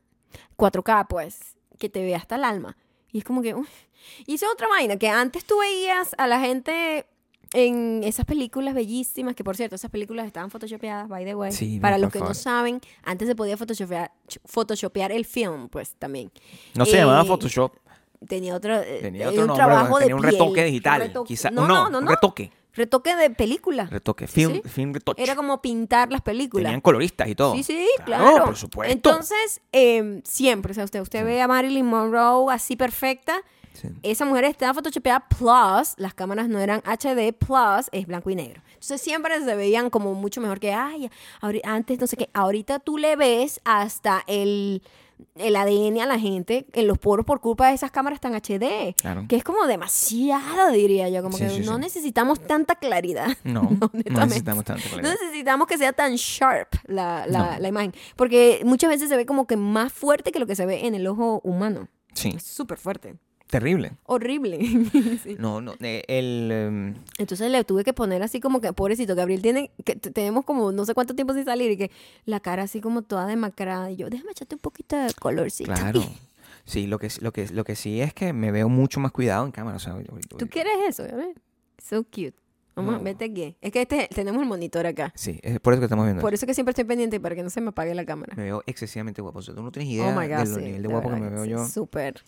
4K, pues, que te ve hasta el alma. Y es como que. uff. Y esa es otra vaina, que antes tú veías a la gente en esas películas bellísimas, que por cierto, esas películas estaban photoshopeadas, by the way.
Sí,
Para
por
los que no
favor.
saben, antes se podía photoshopear, ch- photoshopear el film, pues también.
no se
Eh,
llamaba Photoshop
Tenía otro, eh,
tenía otro
un
nombre
trabajo de
tenía un
piel,
retoque digital
retoque-
quizá
No,
no,
no, no,
un
no.
retoque
Retoque de película.
retoque film
Sí.
film retoque
Era como pintar las películas.
Tenían coloristas y todo.
Sí, sí,
Claro,
claro.
por supuesto.
Entonces, eh, siempre, o sea, usted, usted
Sí.
ve a Marilyn Monroe así perfecta.
Sí.
Esa mujer estaba photoshopeada plus, las cámaras no eran HD plus, es blanco y negro. Entonces siempre se veían como mucho mejor que, ay, ahori- antes no sé qué, ahorita tú le ves hasta el, el ADN a la gente en los poros por culpa de esas cámaras tan HD,
Claro.
que es como demasiado, diría yo, como
Sí,
que
sí,
no
sí.
necesitamos tanta claridad.
No, no
honestamente.
necesitamos tanta claridad.
No necesitamos que sea tan sharp la, la-
No.
la imagen. Porque muchas veces se ve como que más fuerte que lo que se ve en el ojo humano.
Sí,
Es súper fuerte.
terrible.
Horrible. Sí.
No, no, eh, el... em,
Entonces le tuve que poner así como que, pobrecito, Gabriel tiene, que t- tenemos como no sé cuánto tiempo sin salir y que la cara así como toda demacrada. Y yo, déjame echarte un poquito de colorcito.
claro. Sí, lo que, lo, que, lo que sí es que me veo mucho más cuidado en cámara. o sea,
¿Tú quieres eso? A ver. So cute. Vamos,
No.
vete aquí. Es que este, tenemos el monitor acá.
Sí, es por eso que estamos viendo.
Por
esto.
eso que siempre estoy pendiente para que no se me apague la cámara.
Me veo excesivamente guapo. O sea, tú no tienes
Oh
idea
my
del
God, sí,
nivel de
de
guapo que me
verdad
veo Mm.
que sí,
yo.
Súper.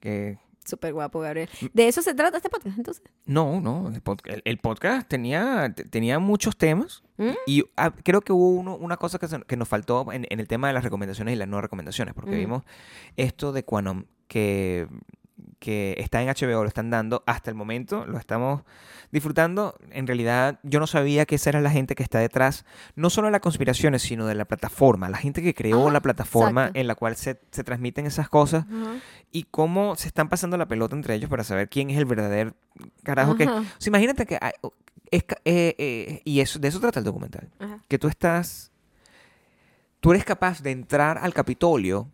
Que
Súper guapo, Gabriel. ¿De eso se trata este podcast, entonces?
No, no, el, pod- el- el podcast tenía, te- tenía muchos temas
¿Mm?
y ah, creo que hubo uno, una cosa que, se- que nos faltó en, en el tema de las recomendaciones y las no recomendaciones, porque
Ujú.
vimos esto de Quanom que, que está en HBO, lo están dando hasta el momento, lo estamos disfrutando. En realidad yo no sabía que esa era la gente que está detrás, no solo de las conspiraciones, sino de la plataforma, la gente que creó
Ah,
la plataforma
exacto.
en la cual se, se transmiten esas cosas
Ajá.
y cómo se están pasando la pelota entre ellos para saber quién es el verdadero carajo que...
Ajá.
O sea, imagínate que... hay- es ca- eh, eh, y eso, de eso trata el documental.
Ajá.
Que tú estás... Tú eres capaz de entrar al Capitolio,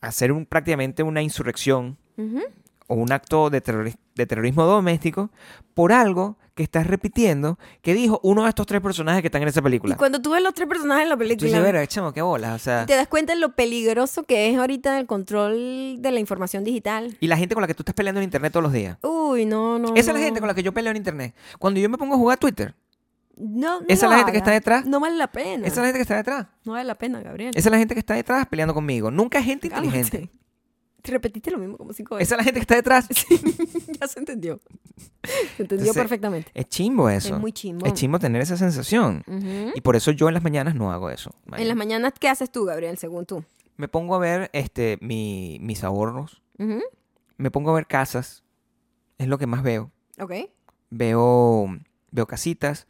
hacer un, prácticamente una insurrección
Ujú.
o un acto de, terrori- de terrorismo doméstico por algo que estás repitiendo que dijo uno de estos tres personajes que están en esa
Y
película.
cuando tú ves los tres personajes en la
Tú dices,
película,
"Verga, chamo, qué bolas. O sea,
te das cuenta de lo peligroso que es ahorita el control de la información digital.
y la gente con la que tú estás peleando en internet todos los días.
Uy, no, no.
Esa es
no.
la gente con la que yo peleo en internet. Cuando yo me pongo a jugar a Twitter,
No, no
esa es
lo
la gente que
hagas.
está detrás.
No vale la pena.
esa es la gente que está detrás.
No vale la pena, Gabriel.
Esa es la gente que está detrás peleando conmigo. Nunca es gente
Cálmate. pues.
inteligente.
Te repetiste lo mismo como cinco veces.
Esa es la gente que está detrás.
ya se entendió. Se entendió
Entonces,
perfectamente.
Es chimbo eso.
Es muy chimbo.
Es chimbo tener esa sensación.
Ujú.
Y por eso yo en las mañanas no hago eso.
En las mañanas, ¿qué haces tú, Gabriel, según tú?
Me pongo a ver este, mi- mis ahorros.
Ujú.
Me pongo a ver casas. Es lo que más veo.
Ok.
Veo, veo casitas.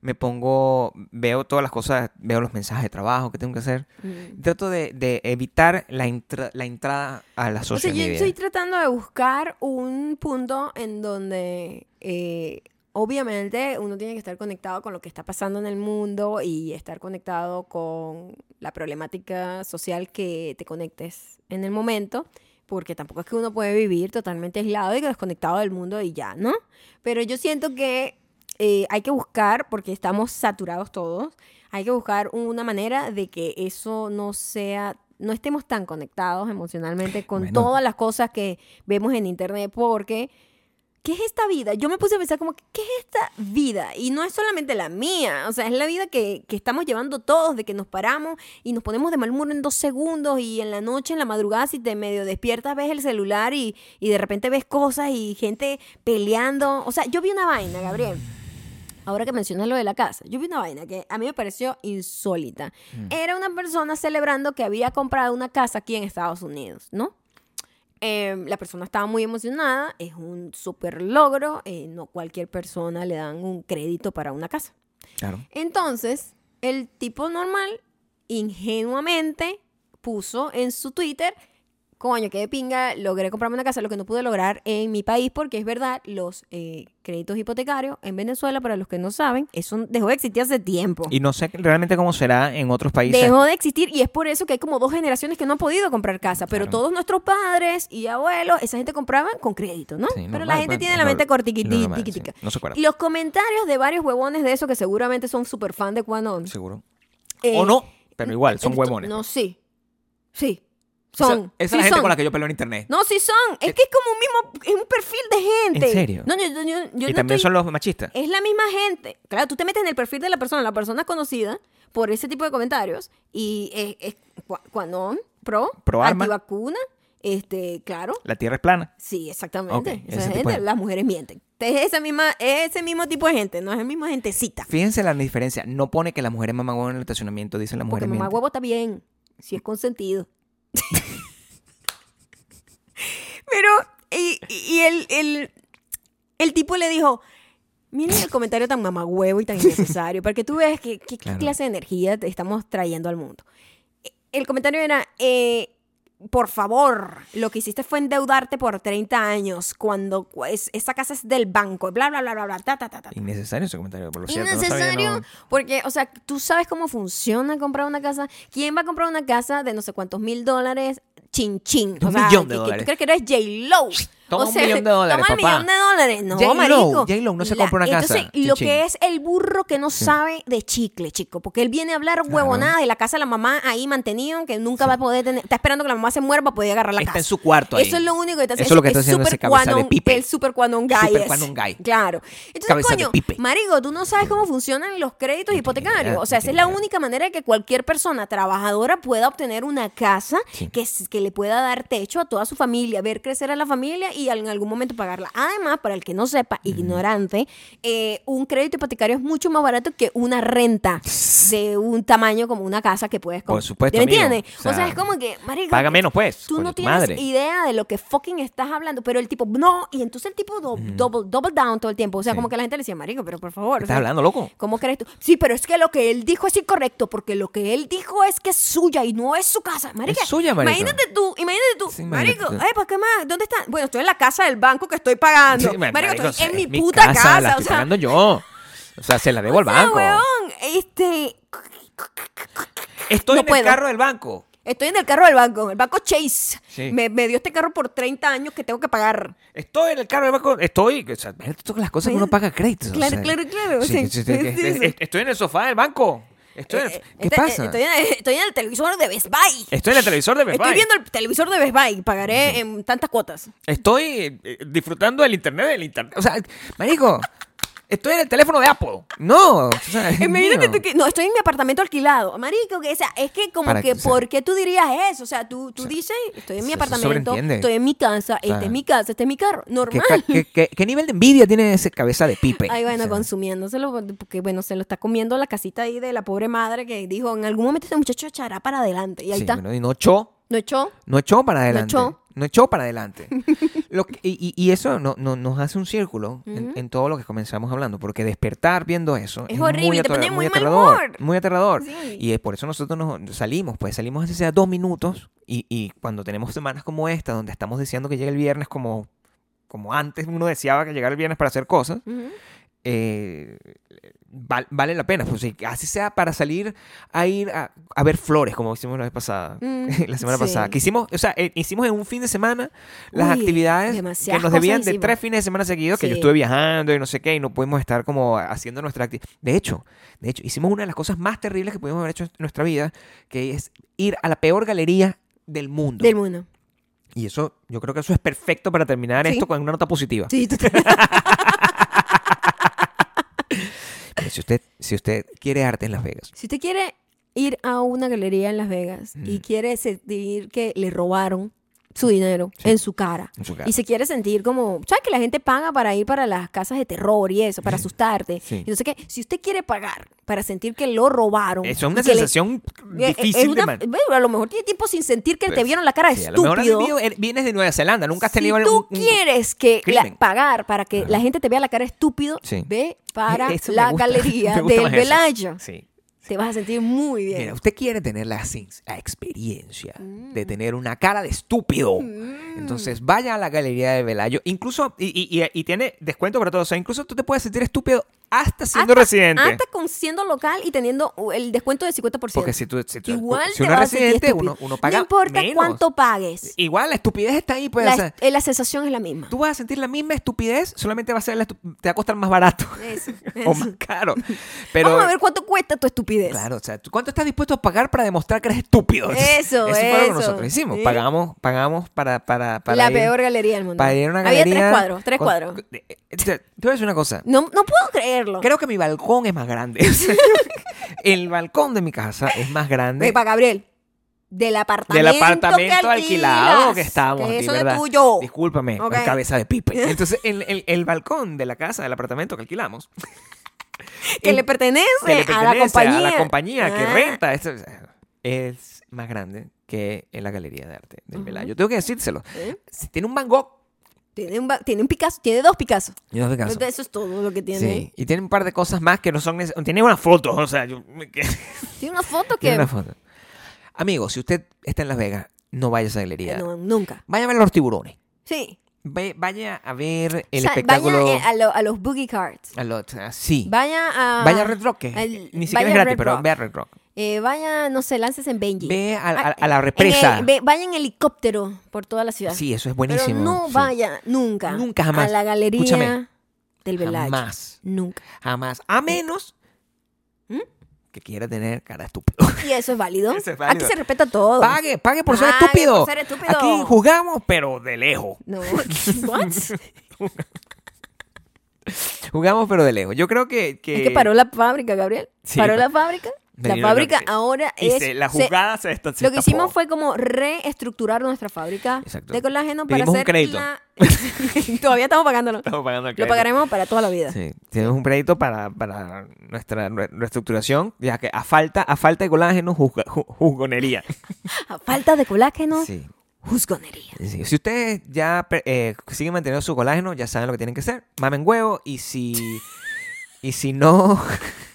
Me pongo, veo todas las cosas, veo los mensajes de trabajo que tengo que hacer.
Mm.
Trato de, de evitar la, entra- la entrada a la
O sea,
sociedad.
yo estoy tratando de buscar un punto en donde eh, obviamente uno tiene que estar conectado con lo que está pasando en el mundo y estar conectado con la problemática social que te conectes en el momento, porque tampoco es que uno puede vivir totalmente aislado y desconectado del mundo y ya, ¿no? Pero yo siento que eh, hay que buscar, porque estamos saturados todos, hay que buscar una manera de que eso no sea, no estemos tan conectados emocionalmente con
Bueno.
todas las cosas que vemos en internet, porque ¿qué es esta vida? Yo me puse a pensar como, que, ¿qué es esta vida? Y no es solamente la mía, o sea, es la vida que, que estamos llevando todos, de que nos paramos y nos ponemos de mal humor en dos segundos y en la noche, en la madrugada, si te medio despiertas, ves el celular y, y de repente ves cosas y gente peleando. O sea, yo vi una vaina, Gabriel. Ahora que mencionas lo de la casa, yo vi una vaina que a mí me pareció insólita. Era una persona celebrando que había comprado una casa aquí en Estados Unidos, ¿no? Eh, la persona estaba muy emocionada, es un súper logro, eh, no cualquier persona le dan un crédito para una casa.
Claro.
Entonces, el tipo normal, ingenuamente, puso en su Twitter, coño, qué de pinga, logré comprarme una casa, lo que no pude lograr en mi país, porque es verdad, los eh, créditos hipotecarios en Venezuela, para los que no saben, eso dejó de existir hace tiempo.
Y no sé realmente cómo será en otros países.
Dejó de existir y es por eso que hay como dos generaciones que no han podido comprar casa, pero
Claro.
todos nuestros padres y abuelos, esa gente compraban con crédito, ¿no?
Sí,
pero
normal,
la gente
pues,
tiene
es
la
lo-
mente
lo normal, sí.
cortiquitica.
No se acuerda.
Los comentarios de varios huevones de eso que seguramente son súper fan de Quanon.
Seguro.
Eh,
o no, pero igual, son
ento-
huevones.
No, sí. Sí.
Esa-
Son.
Esa, es
sí
la gente
son.
con la que yo peleo en internet.
No, sí son. Es que es como un mismo, es un perfil de gente.
¿En serio?
No, yo, yo- yo- yo
y
no estoy-
también
Eh.
son los machistas.
Es la misma gente. Claro, tú te metes en el perfil de la persona, la persona es conocida por ese tipo de comentarios y es, es cua- cuanón, pro,
Pro arma.
antivacuna, este, claro.
La tierra es plana.
Sí, exactamente.
Ok,
Esa
ese
gente,
tipo de-
las mujeres mienten. Es esa misma, es ese mismo tipo de gente, no es el mismo gentecita.
Fíjense la diferencia. No pone que la mujer es mamagón en el estacionamiento, dicen las
Porque
mujeres.
mamá
mienten.
huevo está bien, si es consentido. Pero, y, y el, el, el tipo le dijo, miren el comentario tan mamá huevo y tan innecesario, para que tú veas que- que- qué
Claro.
clase de energía te estamos trayendo al mundo. E- El comentario era, eh, por favor, lo que hiciste fue endeudarte por 30 años cuando pues, esa casa es del banco, bla, bla, bla, bla, bla, ta, ta, ta, ta.
Innecesario ese comentario, por lo cierto. no sabía,
Innecesario,
no-
porque, o sea, tú sabes cómo funciona comprar una casa. ¿Quién va a comprar una casa de no sé cuántos mil dólares? Chin, chin.
De
O
un
sea,
millón de
que- que
dólares.
¿Tú crees que eres J-Lo?
Toma
O
un
sea,
millón de
Toma
dólares, papá.
el millón de dólares. No,
J.Lo,
marico.
J.Lo no se
La-
compra una casa.
Entonces, lo
Chin,
que
chin.
es el burro que no sabe de chicle, chico. Porque él viene a hablar huevonada de la casa de la mamá ahí mantenido, que nunca va a poder tener... Está esperando que la mamá se muera para poder agarrar la
Está
casa.
en su cuarto ahí.
Eso es lo único que está
Eso es lo que está haciendo ese
super
cabeza de
cuanón-
pipe.
El super cuanón guy.
Super
ese.
cuanón guy.
Claro. Entonces,
Cabeza de
coño,
pipe.
marico, tú no sabes cómo funcionan los créditos
tiene
hipotecarios.
idea,
O sea,
no
esa es
tiene
la
idea.
única manera de que cualquier persona trabajadora pueda obtener una casa
Sí.
que, s- que le pueda dar techo a toda su familia, ver crecer a la familia y y en algún momento pagarla. Además, para el que no sepa, ignorante, eh, un crédito hipotecario es mucho más barato que una renta de un tamaño como una casa que puedes comprar.
Por supuesto,
¿Me
amigo.
entiendes?
O
O
sea,
sea, es como que, marico,
Paga menos, pues.
Tú
coño,
no
tu
tienes
madre.
idea de lo que fucking estás hablando, pero el tipo, no, y entonces el tipo do- double, double down todo el tiempo. O sea,
Sí.
como que la gente le decía, marico, pero por favor. o
¿Estás
sea,
hablando, loco?
¿Cómo crees tú? Sí, pero es que lo que él dijo es incorrecto, porque lo que él dijo es que es suya y no es su casa. Marica,
Es suya, marica.
Imagínate tú, imagínate tú.
Sí, imagínate
marico,
tú.
ay, ¿para qué más? ¿Dónde está? Bueno, estoy en la casa del banco que estoy pagando.
Sí,
Ah, marico, estoy
o
en
sea,
mi
es
puta casa.
la
o
estoy
sea,
pagando yo. O sea, se la debo al
o sea,
banco.
weón, este.
Estoy
No
en
puedo.
el carro del banco.
Estoy en el carro del banco, el banco Chase.
Sí.
Me, me dio este carro por 30 años que tengo que pagar.
Estoy en el carro del banco. Estoy. O sea, imagínate todas las cosas que uno paga crédito. o
Claro,
sea,
claro, claro,
sí,
sí,
sí, sí,
sí,
es-
sí,
es-
sí.
es- Estoy en el sofá del banco. Estoy en el-
Eh, eh,
¿Qué
este-
pasa?
Estoy en, estoy en el televisor de Best Buy.
Estoy en el televisor de Best
Estoy
Buy.
viendo el televisor de Best Buy. Pagaré en tantas cuotas.
Estoy eh, eh, disfrutando del internet del internet. O sea, marico, estoy en el teléfono de Apple. No. o sea, es
Imagínate
mío.
tú que. No, estoy en mi apartamento alquilado. Marico, que, o sea, es que como
Para
que,
que- o sea-
¿por qué tú dirías eso? O sea, tú, tú dices, estoy en mi
se- se
apartamento,
sobreentiende.
estoy en mi casa,
sea,
este es mi casa, este es mi carro.
¿Qué,
Normal.
ca- qué- qué- qué nivel de envidia tiene ese cabeza de pipe?
Ay, bueno,
O sea,
consumiéndoselo, porque bueno, se lo está comiendo la casita ahí de la pobre madre que dijo, en algún momento este muchacho echará para adelante. Y ahí
sí,
está.
bueno, y no echó.
¿No echó?
No echó para adelante.
echó.
No echó para adelante. Lo que- y, y- y eso no, no- nos hace un círculo en, en todo lo que comenzamos hablando, porque despertar viendo eso
Es horrible,
muy,
te pone muy mal
aterrador.
humor.
Muy aterrador.
Sí.
Y es por eso nosotros nos salimos, pues salimos así sea dos minutos y, y cuando tenemos semanas como esta, donde estamos deseando que llegue el viernes como, como antes uno deseaba que llegara el viernes para hacer cosas,
Ujú.
eh, val- vale la pena. Pues, sí, así sea para salir a ir a, a ver flores, como hicimos la vez pasada.
Mm,
la semana
sí.
pasada. Que hicimos, o sea, eh, hicimos en un fin de semana las
Uy,
actividades que
demasiadas
nos debían
cosas
de
hicimos.
tres fines de semana seguidos, que yo
Sí.
estuve viajando y no sé qué, y no pudimos estar como haciendo nuestra actividad. De hecho, de hecho, hicimos una de las cosas más terribles que pudimos haber hecho en nuestra vida, que es ir a la peor galería del mundo.
Del mundo.
Y eso, yo creo que eso es perfecto para terminar
Sí.
esto con una nota positiva.
Sí, total.
Pero Si usted, si usted quiere arte en Las Vegas,
Si usted quiere ir a una galería en Las Vegas y quiere sentir que le robaron su dinero en su cara.
en su casa.
Y se quiere sentir como, ¿sabes que la gente paga para ir para las casas de terror y eso, para asustarte?
Sí.
Y no sé qué, si usted quiere pagar para sentir que lo robaron.
Eso es una
y que le-
sensación
Eh, eh,
difícil
es una-
de man-
bueno, a lo mejor tiene tiempo sin sentir que te
Pues,
vieron la cara de
Sí, a lo
estúpido.
mejor has vivido- eh, vienes de Nueva Zelanda, nunca has
si
tenido
tú
un- un-
quieres que la-
crimen.
pagar para que la gente te vea la cara de estúpido,
Sí.
ve para
Eso me
la
gusta, me
galería
gusta
del
más eso.
Velayo.
Sí.
Te vas a sentir muy bien. Mm.
Mira, usted quiere tener la, sin- la experiencia de tener una cara de estúpido. Entonces vaya a la galería de Velayo. Incluso, y, y- y- y tiene descuento para todos. O sea, incluso tú te puedes sentir estúpido hasta siendo
Hasta-
residente.
Hasta con siendo local y teniendo uh, el descuento del 50%.
Porque si tú, si tú-
Igual
si
te
uno es
vas a sentir
residente,
estúpido.
uno, uno paga.
No importa
menos.
cuánto pagues.
Igual la estupidez está ahí, pues.
la,
o sea,
eh, la sensación es la misma.
tú vas a sentir la misma estupidez, solamente va a ser la estu- te va a costar más barato.
Eso,
o
eso.
más caro. Pero,
Vamos a ver cuánto cuesta tu estupidez.
Claro, o sea, ¿tú ¿cuánto estás dispuesto a pagar para demostrar que eres estúpido?
Eso,
fue lo que
eso.
nosotros hicimos.
Sí.
Pagamos, pagamos para, para, para
la
ir-
peor galería del mundo.
para ir a una
Había
galería.
tres cuadros, tres
con-
cuadros.
con- eh, eh, Te te voy a decir una cosa.
No, no puedo creerlo.
Creo que mi balcón es más grande. El balcón de mi casa es más grande.
Epa, Gabriel. Del apartamento.
Del apartamento
que
alquilado
alquilas,
que estábamos.
que
aquí,
eso no
¿verdad?
es tuyo.
Discúlpame,
Ok.
cabeza de pipe. Entonces, el, el- el balcón de la casa, del apartamento que alquilamos.
Que
en-
le pertenece,
que le
a la
pertenece
compañía.
a la compañía que
Ah,
renta. esto, o sea, es más grande que en la galería de arte del Velayo. Tengo que decírselo.
¿eh?
Si tiene un Van Gogh,
Tiene, un, ba- tiene un Picasso, tiene dos Picasso.
yo no sé qué hacer.
Entonces, Eso es todo lo que tiene.
Sí, y tiene un par de cosas más que no son neces- Tiene unas fotos, o sea, yo- que-
Tiene una foto
tiene
que.
una foto. Amigo, si usted está en Las Vegas, no vaya a esa galería.
No, nunca.
Vaya a ver los tiburones.
Sí.
Ve- vaya a ver el
O sea,
espectáculo.
Vaya eh, a, lo- a los boogie cards.
a lo- ah, sí.
Vaya a.
Vaya a Red Rock, que
al-
ni siquiera
vaya
es
a
gratis,
Red
pero
Rock.
ve a Red Rock.
eh, vaya, no sé, lances en Benji.
Ve a, a-
Ah,
a la
en
represa.
el- ve- vaya en helicóptero por toda la ciudad.
Sí, eso
Pero
es buenísimo.
no
sí.
vaya nunca.
Nunca jamás.
A la galería
Escúchame.
del Velayo.
Jamás.
Nunca.
Jamás. A menos
¿Mm?
que quiera tener cara de estúpido.
Y eso es válido.
Eso es válido.
Aquí se respeta todo.
Pague, pague por ser
Pague
estúpido.
Oh. por ser estúpido.
Aquí jugamos, pero de lejos.
No. What? es
Jugamos, pero de lejos. Yo creo que. que...
que paró la fábrica, Gabriel.
Eh, Sí,
paró
pa-
la fábrica. La fábrica ahora
Y
es...
se- la
se-
jugada se, esta- se
lo que
tapó.
hicimos fue como reestructurar nuestra fábrica
Exacto.
de colágeno para
Pedimos un
hacer
crédito.
la- Todavía estamos pagándolo.
Estamos pagando el
Lo
crédito.
pagaremos para toda la vida.
Sí, tenemos un crédito para, para nuestra re- reestructuración, ya que a falta, a falta de colágeno, juzga- ju- juzgonería.
A falta de colágeno,
Sí,
juzgonería.
sí. Si ustedes ya per- eh, siguen manteniendo su colágeno, ya saben lo que tienen que hacer. Mamen huevo y si... Y si no...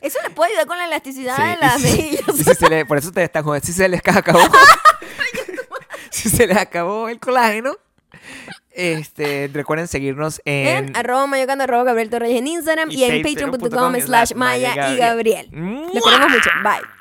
Eso les puede ayudar con la elasticidad
Sí,
de las
y si-
mejillas.
y si se le- por eso ustedes están jóvenes. Si se les acabó. si se les acabó el colágeno. Este, recuerden seguirnos en.
En ¿eh? arroba mayocando, arroba Gabriel Torreyes en Instagram y, en
patreon.com
patreon.com slash
Maya
Maya y
Gabriel.
Gabriel. Los queremos mucho. Bye.